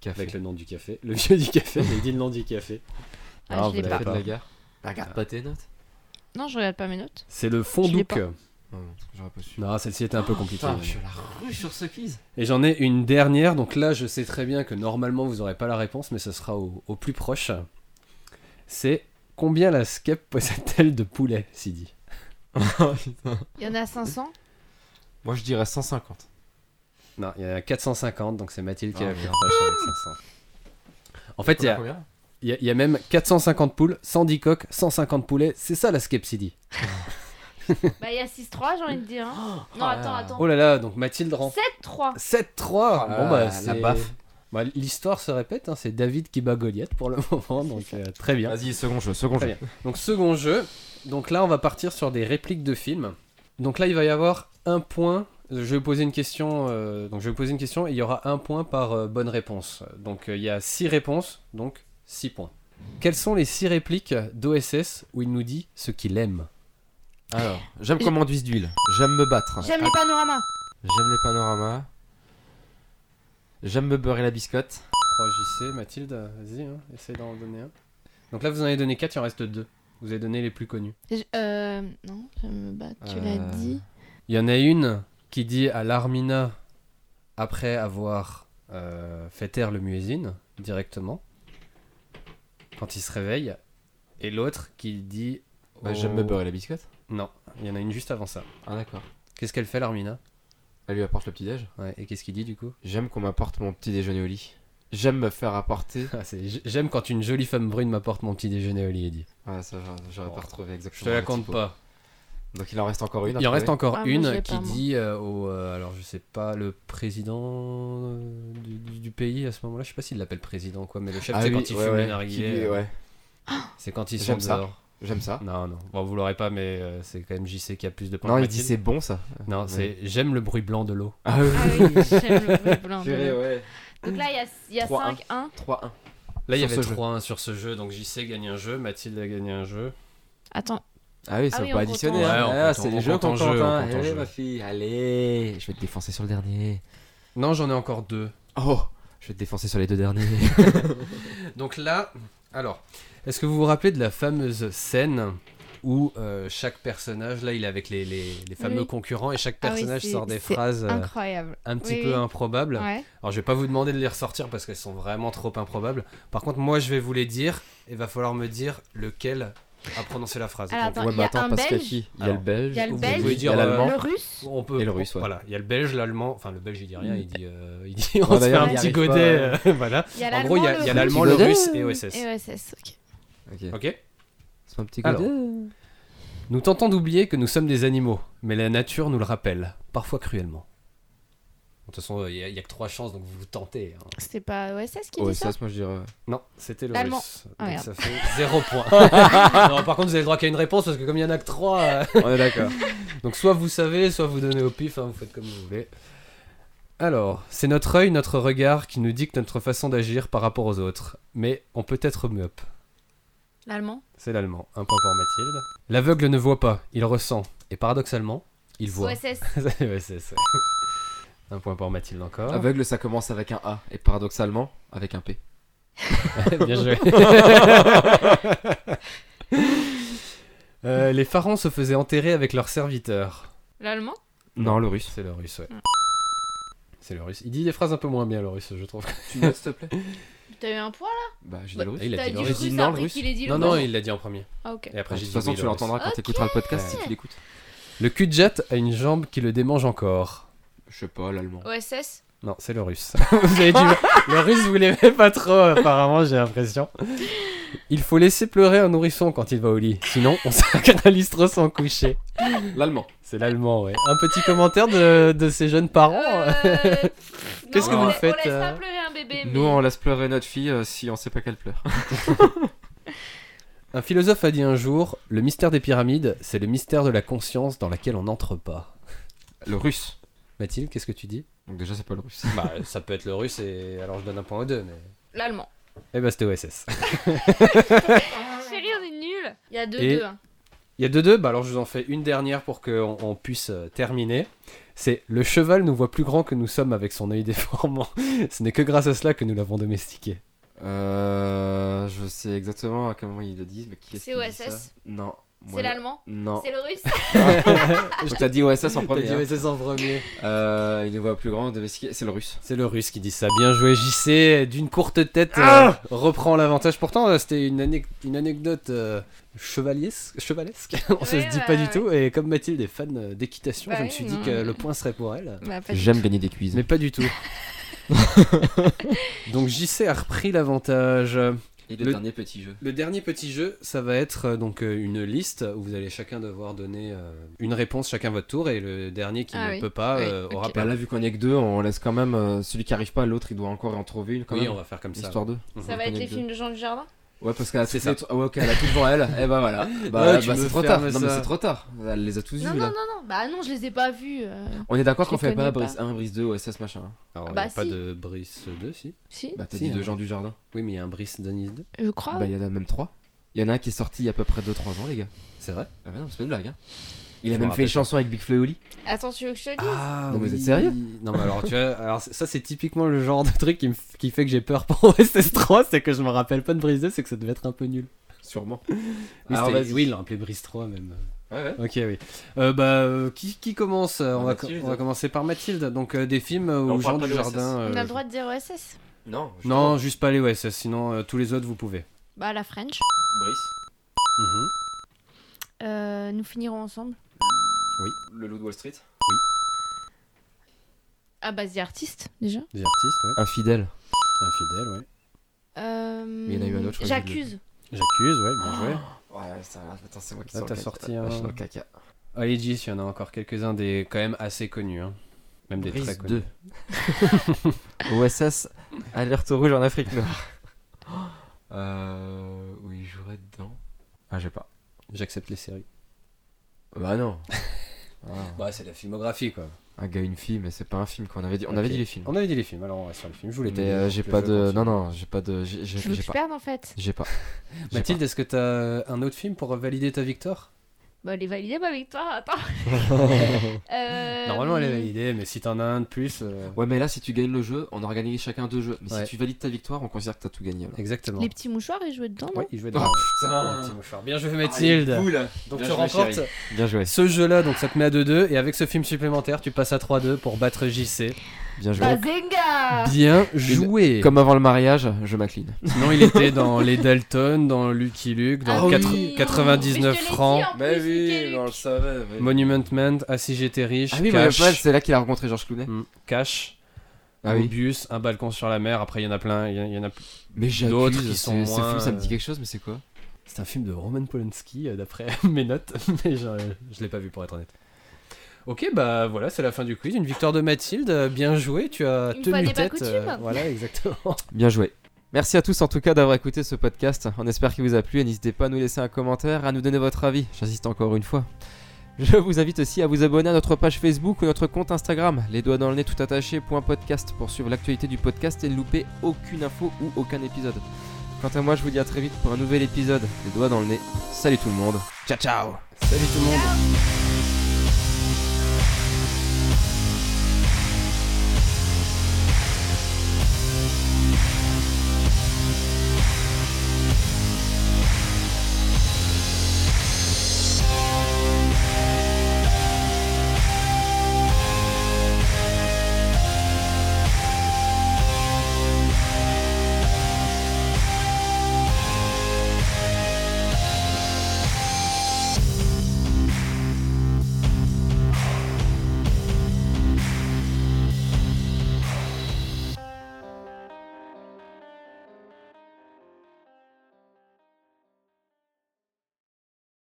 Speaker 9: Café. Avec le nom du café. Le vieux du café, mais il dit le nom du café.
Speaker 8: Ah, je l'ai
Speaker 9: vous
Speaker 8: pas.
Speaker 9: l'avez
Speaker 7: Fait de la gare. Bah, regarde pas tes notes.
Speaker 8: Non, je regarde pas mes notes.
Speaker 9: C'est le
Speaker 8: Je l'ai
Speaker 9: fondouk.
Speaker 8: pas.
Speaker 7: Ah J'aurais pas su.
Speaker 9: Non, celle-ci était un peu
Speaker 7: Oh,
Speaker 9: compliquée.
Speaker 7: putain, je suis à la rue sur ce quiz.
Speaker 9: Et j'en ai une dernière, donc là je sais très bien que normalement vous n'aurez pas la réponse, mais ce sera au, au plus proche. C'est combien la skep possède-t-elle de poulets, Sidi
Speaker 8: Il y en a 500.
Speaker 7: Oh, Moi je dirais 150.
Speaker 9: Non, il y en a 450, donc c'est Mathilde qui est
Speaker 7: Ah,
Speaker 9: la plus
Speaker 7: merde.
Speaker 9: proche avec 500. En fait, il y a,
Speaker 7: Combien
Speaker 9: il y a- il y a même 450 poules, 110 coques, 150 poulets, c'est ça la skep, Sidi.
Speaker 8: Bah, il y a 6-3, j'ai envie de dire. hein. non, attends, attends.
Speaker 9: Oh là là, donc Mathilde rend
Speaker 8: 7-3.
Speaker 9: 7-3
Speaker 7: Oh là
Speaker 9: Bon
Speaker 7: là,
Speaker 9: bah
Speaker 7: la
Speaker 9: c'est...
Speaker 7: baffe.
Speaker 9: Bah, L'histoire se répète, hein, c'est David qui bat Goliath pour le moment, donc euh, très bien.
Speaker 7: Vas-y, second jeu, second
Speaker 9: Très
Speaker 7: jeu.
Speaker 9: bien. Donc second jeu, donc là on va partir sur des répliques de films. Donc là il va y avoir un point, je vais vous poser une question, euh, donc je vais vous poser une question et il y aura un point par euh, bonne réponse. Donc euh, il y a six réponses, donc six points. Quelles sont les six répliques d'OSS où il nous dit ce qu'il aime
Speaker 7: Alors, j'aime qu'on m'enduise d'huile. J'aime me battre.
Speaker 8: J'aime
Speaker 7: Ah,
Speaker 8: les panoramas.
Speaker 7: J'aime les panoramas. J'aime me beurrer la biscotte.
Speaker 9: 3JC, Oh, Mathilde, vas-y, hein, essaye d'en donner un. Donc là vous en avez donné quatre, il en reste deux. Vous avez donné les plus connus.
Speaker 8: Je- euh, non, je me bats, tu l'as
Speaker 9: Euh,
Speaker 8: dit.
Speaker 9: Il y en a une qui dit à l'Armina, après avoir euh, fait taire le muezzin directement, quand il se réveille, et l'autre qui dit.
Speaker 7: Bah, j'aime me beurrer la biscotte.
Speaker 9: Non, il y en a une juste avant ça.
Speaker 7: Oh. Ah d'accord.
Speaker 9: Qu'est-ce qu'elle fait, l'Armina
Speaker 7: Elle lui apporte le petit déj.
Speaker 9: Ouais, et qu'est-ce qu'il dit du coup
Speaker 7: J'aime qu'on m'apporte mon petit déjeuner au lit. J'aime me faire apporter.
Speaker 9: Ah, c'est- j- J'aime quand une jolie femme brune m'apporte mon petit déjeuner au lit, il dit.
Speaker 7: Ouais, ça j'aurais- j'aurais
Speaker 9: Bon,
Speaker 7: pas retrouvé exactement.
Speaker 9: Je te la
Speaker 7: le
Speaker 9: compte
Speaker 7: typo.
Speaker 9: pas.
Speaker 7: Donc il en reste encore une. à
Speaker 9: Il en reste
Speaker 7: trouver.
Speaker 9: encore
Speaker 8: Ah, moi, je l'ai
Speaker 9: une
Speaker 8: pas,
Speaker 9: qui
Speaker 8: moi.
Speaker 9: dit euh, au. euh, alors, je sais pas, le président euh, du, du- du pays à ce moment-là, je sais pas s'il l'appelle président ou quoi, mais le chef,
Speaker 7: Ah
Speaker 9: c'est
Speaker 7: oui,
Speaker 9: quand il
Speaker 7: ouais,
Speaker 9: fume
Speaker 7: ouais,
Speaker 9: les
Speaker 7: qui
Speaker 9: narguilés,
Speaker 7: dit,
Speaker 9: euh,
Speaker 7: ouais.
Speaker 9: C'est quand il
Speaker 7: J'aime
Speaker 9: sort
Speaker 7: ça.
Speaker 9: dehors.
Speaker 7: J'aime ça.
Speaker 9: Non, non. Bon, vous l'aurez pas, mais euh, c'est quand même JC qui a plus de points.
Speaker 7: Non,
Speaker 9: que
Speaker 7: il dit
Speaker 9: Mathilde.
Speaker 7: c'est bon, ça.
Speaker 9: Non,
Speaker 7: Ouais.
Speaker 9: c'est j'aime le bruit blanc de l'eau.
Speaker 7: Ah oui.
Speaker 8: Ah oui, j'aime le bruit blanc. de
Speaker 7: Purée,
Speaker 8: l'eau.
Speaker 7: ouais.
Speaker 8: Donc là, il y a, il y a
Speaker 7: 3-1.
Speaker 8: 5-1.
Speaker 7: 3-1.
Speaker 9: Là, il y
Speaker 7: Sur
Speaker 9: avait
Speaker 7: ce jeu.
Speaker 9: 3-1 sur ce jeu, donc JC gagne un jeu, Mathilde a gagné un jeu.
Speaker 8: Attends.
Speaker 7: Ah oui, ça
Speaker 8: Ah
Speaker 7: va
Speaker 8: oui,
Speaker 7: pas
Speaker 8: on
Speaker 7: additionner.
Speaker 9: compte en-
Speaker 7: hein.
Speaker 9: Ouais, on
Speaker 7: Ah,
Speaker 9: compte
Speaker 7: c'est
Speaker 9: en-
Speaker 7: les
Speaker 9: on
Speaker 7: jeux
Speaker 9: compte en
Speaker 7: qu'on compte.
Speaker 9: jeu, on
Speaker 7: hein.
Speaker 9: compte en
Speaker 7: Allez,
Speaker 9: jeu.
Speaker 7: ma fille, allez. Je vais te défoncer sur le dernier.
Speaker 9: Non, j'en ai encore deux.
Speaker 7: Oh, je vais te défoncer sur les deux derniers.
Speaker 9: Donc là, alors, est-ce que vous vous rappelez de la fameuse scène où euh, chaque personnage, là, il est avec les, les- les fameux
Speaker 8: Oui.
Speaker 9: concurrents et chaque
Speaker 8: Ah oui,
Speaker 9: personnage
Speaker 8: c'est-
Speaker 9: sort des
Speaker 8: c'est
Speaker 9: phrases euh,
Speaker 8: incroyable.
Speaker 9: un petit
Speaker 8: Oui,
Speaker 9: peu
Speaker 8: oui.
Speaker 9: improbables.
Speaker 8: Ouais.
Speaker 9: Alors, je vais pas vous demander de les ressortir parce qu'elles sont vraiment trop improbables. Par contre, moi, je vais vous les dire et va falloir me dire lequel a prononcé la phrase.
Speaker 8: Alors, attends,
Speaker 9: Donc,
Speaker 8: il y a un
Speaker 7: parce qu'il y a
Speaker 8: Belge.
Speaker 7: qui Il y a le
Speaker 9: Alors,
Speaker 7: Belge,
Speaker 8: il y a le
Speaker 9: vous
Speaker 8: Belge,
Speaker 9: pouvez dire,
Speaker 7: il y a
Speaker 9: euh,
Speaker 7: l'Allemand,
Speaker 8: le Russe.
Speaker 9: on peut,
Speaker 7: et le Russe, ouais.
Speaker 9: Voilà, il y a le Belge, l'allemand, enfin le Belge il dit rien, il dit, euh, il dit
Speaker 7: Ouais,
Speaker 9: on se fait
Speaker 7: d'ailleurs,
Speaker 9: un
Speaker 7: il y
Speaker 9: petit
Speaker 7: arrive pas,
Speaker 9: godet,
Speaker 7: ouais.
Speaker 9: euh, voilà.
Speaker 8: Il y a
Speaker 9: en gros, il y a, il y a l'allemand, le
Speaker 7: l'Allemand, le
Speaker 9: russe
Speaker 7: Russe.
Speaker 9: et OSS.
Speaker 8: Et OSS, ok.
Speaker 7: Ok.
Speaker 9: Ok.
Speaker 7: C'est pas un petit
Speaker 9: Alors.
Speaker 7: godet
Speaker 9: Nous tentons d'oublier que nous sommes des animaux, mais la nature nous le rappelle, parfois cruellement. De toute façon, il n'y a, que trois chances, donc vous tentez. hein.
Speaker 8: C'était pas OSS qui
Speaker 7: Oh,
Speaker 8: dit ça
Speaker 7: ça, moi je dirais.
Speaker 9: Non, c'était le
Speaker 8: L'allemand.
Speaker 9: russe.
Speaker 8: Ah,
Speaker 9: Donc
Speaker 8: merde.
Speaker 9: ça fait zéro point. non, par contre, vous avez le droit qu'à une réponse, parce que comme il n'y en a que trois... euh,
Speaker 7: On est d'accord.
Speaker 9: Donc soit vous savez, soit vous donnez au pif, hein, vous faites comme vous voulez. Alors, c'est notre œil, notre regard qui nous dicte notre façon d'agir par rapport aux autres. Mais on peut être myope.
Speaker 13: L'allemand
Speaker 9: C'est l'allemand. Un point pour Mathilde. L'aveugle ne voit pas, il ressent. Et paradoxalement, il voit.
Speaker 8: OSS.
Speaker 9: C'est OSS, ouais. Un point pour Mathilde encore.
Speaker 7: Aveugle, ça commence avec un A et paradoxalement avec un P. bah,
Speaker 9: Bien joué. Euh, les pharaons se faisaient enterrer avec leurs serviteurs.
Speaker 13: L'allemand
Speaker 7: Non, le russe.
Speaker 9: C'est le russe,
Speaker 7: Hmm.
Speaker 9: ouais. C'est le russe. Il dit des phrases un peu moins bien, le russe, je trouve.
Speaker 7: Tu notes, s'il te plaît
Speaker 8: T'as eu un point là
Speaker 7: Bah, j'ai dit
Speaker 9: Bah,
Speaker 7: le russe.
Speaker 9: il a
Speaker 8: T'as
Speaker 9: dit
Speaker 8: dit
Speaker 9: le
Speaker 8: le
Speaker 9: russe.
Speaker 7: J'ai dit
Speaker 8: russe
Speaker 7: non, le
Speaker 8: après
Speaker 7: russe.
Speaker 8: qu'il ait dit le
Speaker 9: Non,
Speaker 8: mot.
Speaker 9: non, il l'a dit en premier.
Speaker 8: Ah ok.
Speaker 9: Et après,
Speaker 7: de
Speaker 9: j'ai
Speaker 7: toute
Speaker 9: dit
Speaker 7: façon,
Speaker 9: oui,
Speaker 7: tu
Speaker 9: le
Speaker 7: l'entendras quand
Speaker 8: russe.
Speaker 7: t'écouteras le podcast si tu l'écoutes.
Speaker 9: russe. Le cul-de-jat a une jambe qui le démange encore.
Speaker 7: Je sais pas, l'allemand.
Speaker 13: OSS
Speaker 9: Non, c'est le russe. Vous avez dû- Le russe, vous l'aimez pas trop, apparemment, j'ai l'impression. Il faut laisser pleurer un nourrisson quand il va au lit. Sinon, on sacralise trop son coucher.
Speaker 7: L'allemand.
Speaker 9: C'est l'allemand, ouais. Un petit commentaire de, de ces jeunes parents.
Speaker 13: Euh,
Speaker 9: Oh. Qu'est-ce
Speaker 13: non,
Speaker 9: que
Speaker 13: on
Speaker 9: vous
Speaker 13: la-
Speaker 9: faites,
Speaker 13: On laisse
Speaker 9: euh,
Speaker 13: pas pleurer un bébé. mais-
Speaker 7: Nous, on laisse pleurer notre fille euh, si on sait pas qu'elle pleure.
Speaker 9: Un philosophe a dit un jour Le mystère des pyramides, c'est le mystère de la conscience dans laquelle on n'entre pas.
Speaker 7: Le russe.
Speaker 9: Mathilde, qu'est-ce que tu dis
Speaker 7: Donc, déjà, c'est pas le russe.
Speaker 9: Bah, ça peut être le russe, et alors je donne un point aux deux, mais.
Speaker 13: L'allemand.
Speaker 9: Eh bah, c'était OSS.
Speaker 13: Chérie, on est nuls.
Speaker 8: Il y a deux
Speaker 9: Et-
Speaker 8: deux. hein.
Speaker 9: Il y a deux deux, bah alors je vous en fais une dernière pour qu'on on puisse euh, terminer. C'est le cheval nous voit plus grand que nous sommes avec son œil déformant. Ce n'est que grâce à cela que nous l'avons domestiqué.
Speaker 7: Euh, je sais exactement comment ils le disent, mais qui est-ce
Speaker 13: C'est
Speaker 7: qui dit ça
Speaker 13: OSS.
Speaker 7: Non. moi,
Speaker 13: C'est l'allemand
Speaker 7: Non.
Speaker 13: C'est le russe
Speaker 7: Je t'ai dit OSS en
Speaker 9: T'as
Speaker 7: premier.
Speaker 9: dit OSS en premier.
Speaker 7: hein. Euh, il nous voit plus grand, domestiqué. C'est le russe.
Speaker 9: C'est le russe qui dit ça. Bien joué, JC. D'une courte tête, euh, reprend l'avantage. Pourtant, euh, c'était une, ane- une anecdote euh, chevaliesque. chevalesque. On se
Speaker 13: Ouais,
Speaker 9: le dit
Speaker 13: ouais,
Speaker 9: pas
Speaker 13: ouais.
Speaker 9: du tout. Et comme Mathilde est fan euh, d'équitation,
Speaker 8: Bah
Speaker 9: je me
Speaker 8: oui,
Speaker 9: suis
Speaker 8: non.
Speaker 9: dit que le point serait pour elle.
Speaker 8: Bah, pas du
Speaker 7: J'aime gagner des quiz.
Speaker 9: Mais pas du tout. Donc JC a repris l'avantage.
Speaker 7: Et le,
Speaker 9: Le-
Speaker 7: dernier petit jeu.
Speaker 9: Le dernier petit jeu, ça va être euh, donc euh, une liste où vous allez chacun devoir donner euh, une réponse chacun votre tour et le dernier qui
Speaker 8: Ah
Speaker 9: ne
Speaker 8: oui.
Speaker 9: peut pas
Speaker 8: Oui,
Speaker 9: euh,
Speaker 8: ok.
Speaker 9: aura
Speaker 7: Bah
Speaker 9: pas.
Speaker 7: là, vu qu'on est que deux, on laisse quand même euh, celui qui arrive pas, l'autre il doit encore en trouver une quand
Speaker 9: Oui,
Speaker 7: même.
Speaker 9: on va faire comme ça.
Speaker 7: Histoire d'eux.
Speaker 9: Mhm.
Speaker 8: Ça va
Speaker 7: On
Speaker 8: être
Speaker 7: est
Speaker 8: les
Speaker 7: deux.
Speaker 8: films de Jean du Jardin
Speaker 7: Ouais, parce qu'elle a
Speaker 9: C'est
Speaker 7: toutes les tro- ouais, ok, elle a tout devant elle. Et bah voilà. Bah,
Speaker 9: Ouais, tu
Speaker 7: bah,
Speaker 9: me
Speaker 7: c'est trop tard.
Speaker 9: fermes
Speaker 7: Non, mais
Speaker 9: ça.
Speaker 7: c'est trop tard. Elle les a tous
Speaker 8: Non,
Speaker 7: vus
Speaker 8: non,
Speaker 7: là.
Speaker 8: non, non. Bah non, je les ai pas vus. euh.
Speaker 7: On est d'accord
Speaker 8: Je
Speaker 7: qu'on
Speaker 8: les
Speaker 7: fait pas
Speaker 8: connais
Speaker 7: brise 1, brise 2, OSS machin. hein.
Speaker 9: Alors, il y
Speaker 8: Ah
Speaker 9: a
Speaker 8: bah
Speaker 9: pas
Speaker 8: si.
Speaker 9: de Brice 2, si
Speaker 8: Si,
Speaker 7: Bah, t'as
Speaker 9: Si,
Speaker 7: dit
Speaker 9: hein.
Speaker 7: deux gens du jardin.
Speaker 9: Oui, mais il y a un Brice Denis 2.
Speaker 8: je crois.
Speaker 7: Bah, il y en a même trois. Il y en a un qui est sorti il y a à peu près 2-3 ans, les gars.
Speaker 9: C'est vrai
Speaker 7: Ah, bah non, c'est pas une blague. Hein. Il a
Speaker 9: Je me
Speaker 7: même fait
Speaker 9: rappelle
Speaker 7: une chanson avec Big Flo et Oli.
Speaker 8: Attends, tu veux que je te le dise
Speaker 9: Ah,
Speaker 7: Non, mais vous
Speaker 9: oui.
Speaker 7: êtes sérieux
Speaker 9: Non, mais alors, tu vois, alors, ça, c'est typiquement le genre de truc qui, me f- qui fait que j'ai peur pour SS3, c'est que je me rappelle pas de Brice 2, c'est que ça devait être un peu nul.
Speaker 7: Sûrement.
Speaker 9: Oui,
Speaker 7: Alors,
Speaker 9: c'était-
Speaker 7: vas-y.
Speaker 9: oui, il l'a appelé Brice 3 même.
Speaker 7: Ouais, ouais.
Speaker 9: Ok, oui. Euh, bah, euh, qui, qui commence Euh, on, va,
Speaker 7: Mathilde.
Speaker 9: on va commencer par Mathilde. Donc, euh, des films euh,
Speaker 7: Non,
Speaker 9: où
Speaker 7: on
Speaker 9: Jean
Speaker 7: parle pas
Speaker 9: du
Speaker 7: de
Speaker 9: Jardin. euh,
Speaker 8: On a le droit de dire OSS
Speaker 7: Non, je
Speaker 9: Non, juste pas les OSS, sinon euh, tous les autres vous pouvez.
Speaker 8: Bah la French.
Speaker 7: Brice,
Speaker 9: Mhm.
Speaker 8: Euh, nous finirons ensemble.
Speaker 7: le loup de Wall Street.
Speaker 8: Ah bah The Artist déjà.
Speaker 9: Des artistes, ouais.
Speaker 7: Infidèle.
Speaker 9: Infidèle, ouais.
Speaker 8: Euh...
Speaker 7: Mais il y en a eu un autre, je crois,
Speaker 8: J'accuse.
Speaker 9: J'accuse, ouais, bien joué.
Speaker 7: Ouais, ça va. Attends, c'est moi qui
Speaker 9: Là,
Speaker 7: sors
Speaker 9: t'as
Speaker 7: le caca.
Speaker 9: sorti un-
Speaker 7: Je sors le caca.
Speaker 9: Allez, Gis, il y en a encore quelques-uns des quand même assez connus. hein. Même des très
Speaker 7: Brise
Speaker 9: connus.
Speaker 7: 2. OSS, alerte rouge en Afrique noire. euh. Oui, jouerais dedans. Ah, j'ai pas.
Speaker 9: J'accepte les séries.
Speaker 7: Bah non. Ah.
Speaker 9: Bah, c'est la filmographie, quoi.
Speaker 7: Un gars, une fille, mais c'est pas un film qu'on avait dit. On avait
Speaker 9: Ok.
Speaker 7: dit les films.
Speaker 9: On avait dit les films, alors on va sur les films. Je voulais
Speaker 7: Mais
Speaker 9: t'aider,
Speaker 7: euh,
Speaker 9: donc
Speaker 7: j'ai
Speaker 9: je
Speaker 7: pas
Speaker 9: vais
Speaker 7: de.
Speaker 9: continuer.
Speaker 7: Non, non, j'ai pas de. J'ai j'ai-
Speaker 8: Je veux que
Speaker 7: j'ai
Speaker 8: tu
Speaker 7: pas.
Speaker 8: perdes en fait.
Speaker 7: J'ai pas. J'ai
Speaker 9: Mathilde, est-ce que t'as un autre film pour valider ta victoire
Speaker 8: Bah elle est validée ma victoire, attends. Euh,
Speaker 9: Non, Normalement, elle est validée, mais si t'en as un de plus. euh,
Speaker 7: Ouais, mais là, si tu gagnes le jeu, on organise chacun deux jeux. Mais
Speaker 9: Ouais.
Speaker 7: si tu valides ta victoire, on considère que t'as tout gagné. alors.
Speaker 9: Exactement.
Speaker 8: Les petits mouchoirs, ils jouaient dedans.
Speaker 9: Ouais,
Speaker 8: non
Speaker 9: il jouait
Speaker 7: Oh,
Speaker 9: dedans. ouais.
Speaker 7: putain.
Speaker 9: Un petit mouchoir. Bien joué,
Speaker 7: Ah,
Speaker 9: Mathilde.
Speaker 7: il est cool.
Speaker 9: Donc
Speaker 7: Bien
Speaker 9: tu
Speaker 7: joué,
Speaker 9: remportes
Speaker 7: chérie. Bien joué.
Speaker 9: ce jeu-là, donc ça te met à 2-2. Et avec ce film supplémentaire, tu passes à 3-2 pour battre JC.
Speaker 7: Bien joué.
Speaker 8: Bah, Bazinga
Speaker 9: Bien joué.
Speaker 7: Comme avant le mariage, je m'incline.
Speaker 9: Non, il était dans les Dalton, dans Lucky Luke,
Speaker 7: Ah
Speaker 9: dans
Speaker 7: oui.
Speaker 9: quatre-
Speaker 7: Mais je te l'ai
Speaker 9: 99
Speaker 8: dit, en
Speaker 9: francs.
Speaker 8: plus,
Speaker 7: Bah
Speaker 8: Mais oui, Mickey Luke. on le
Speaker 7: savait.
Speaker 9: Monument Man, Ah si j'étais riche.
Speaker 7: Ah oui, Monument
Speaker 9: Cash.
Speaker 7: Man, c'est là qu'il a rencontré Georges Clooney.
Speaker 9: Mm. Cash.
Speaker 7: Ah oui.
Speaker 9: Mobius, un balcon sur la mer. Après, il y en a plein. Il y en- il y en a plus-
Speaker 7: Mais j'abuse,
Speaker 9: d'autres qui sont
Speaker 7: c'est- ce
Speaker 9: moins,
Speaker 7: film, ça me dit
Speaker 9: euh,
Speaker 7: quelque chose, mais c'est quoi
Speaker 9: C'est un film de Roman Polanski, euh, d'après mes notes, mais je, je l'ai pas vu pour être honnête. Ok, bah voilà, c'est la fin du quiz. Une victoire de Mathilde, euh, bien joué, tu as
Speaker 8: Une fois
Speaker 9: tenu
Speaker 8: n'est pas
Speaker 9: tête. euh,
Speaker 8: coutume.
Speaker 9: voilà, exactement.
Speaker 7: Bien joué. Merci à tous en tout cas d'avoir écouté ce podcast. On espère qu'il vous a plu et n'hésitez pas à nous laisser un commentaire, à nous donner votre avis. J'insiste encore une fois. Je vous invite aussi à vous abonner à notre page Facebook ou notre compte Instagram, les doigts dans le nez tout attaché, point podcast, pour suivre l'actualité du podcast et ne louper aucune info ou aucun épisode. Quant à moi, je vous dis à très vite pour un nouvel épisode, les doigts dans le nez. Salut tout le monde. Ciao ciao
Speaker 9: Salut tout le monde.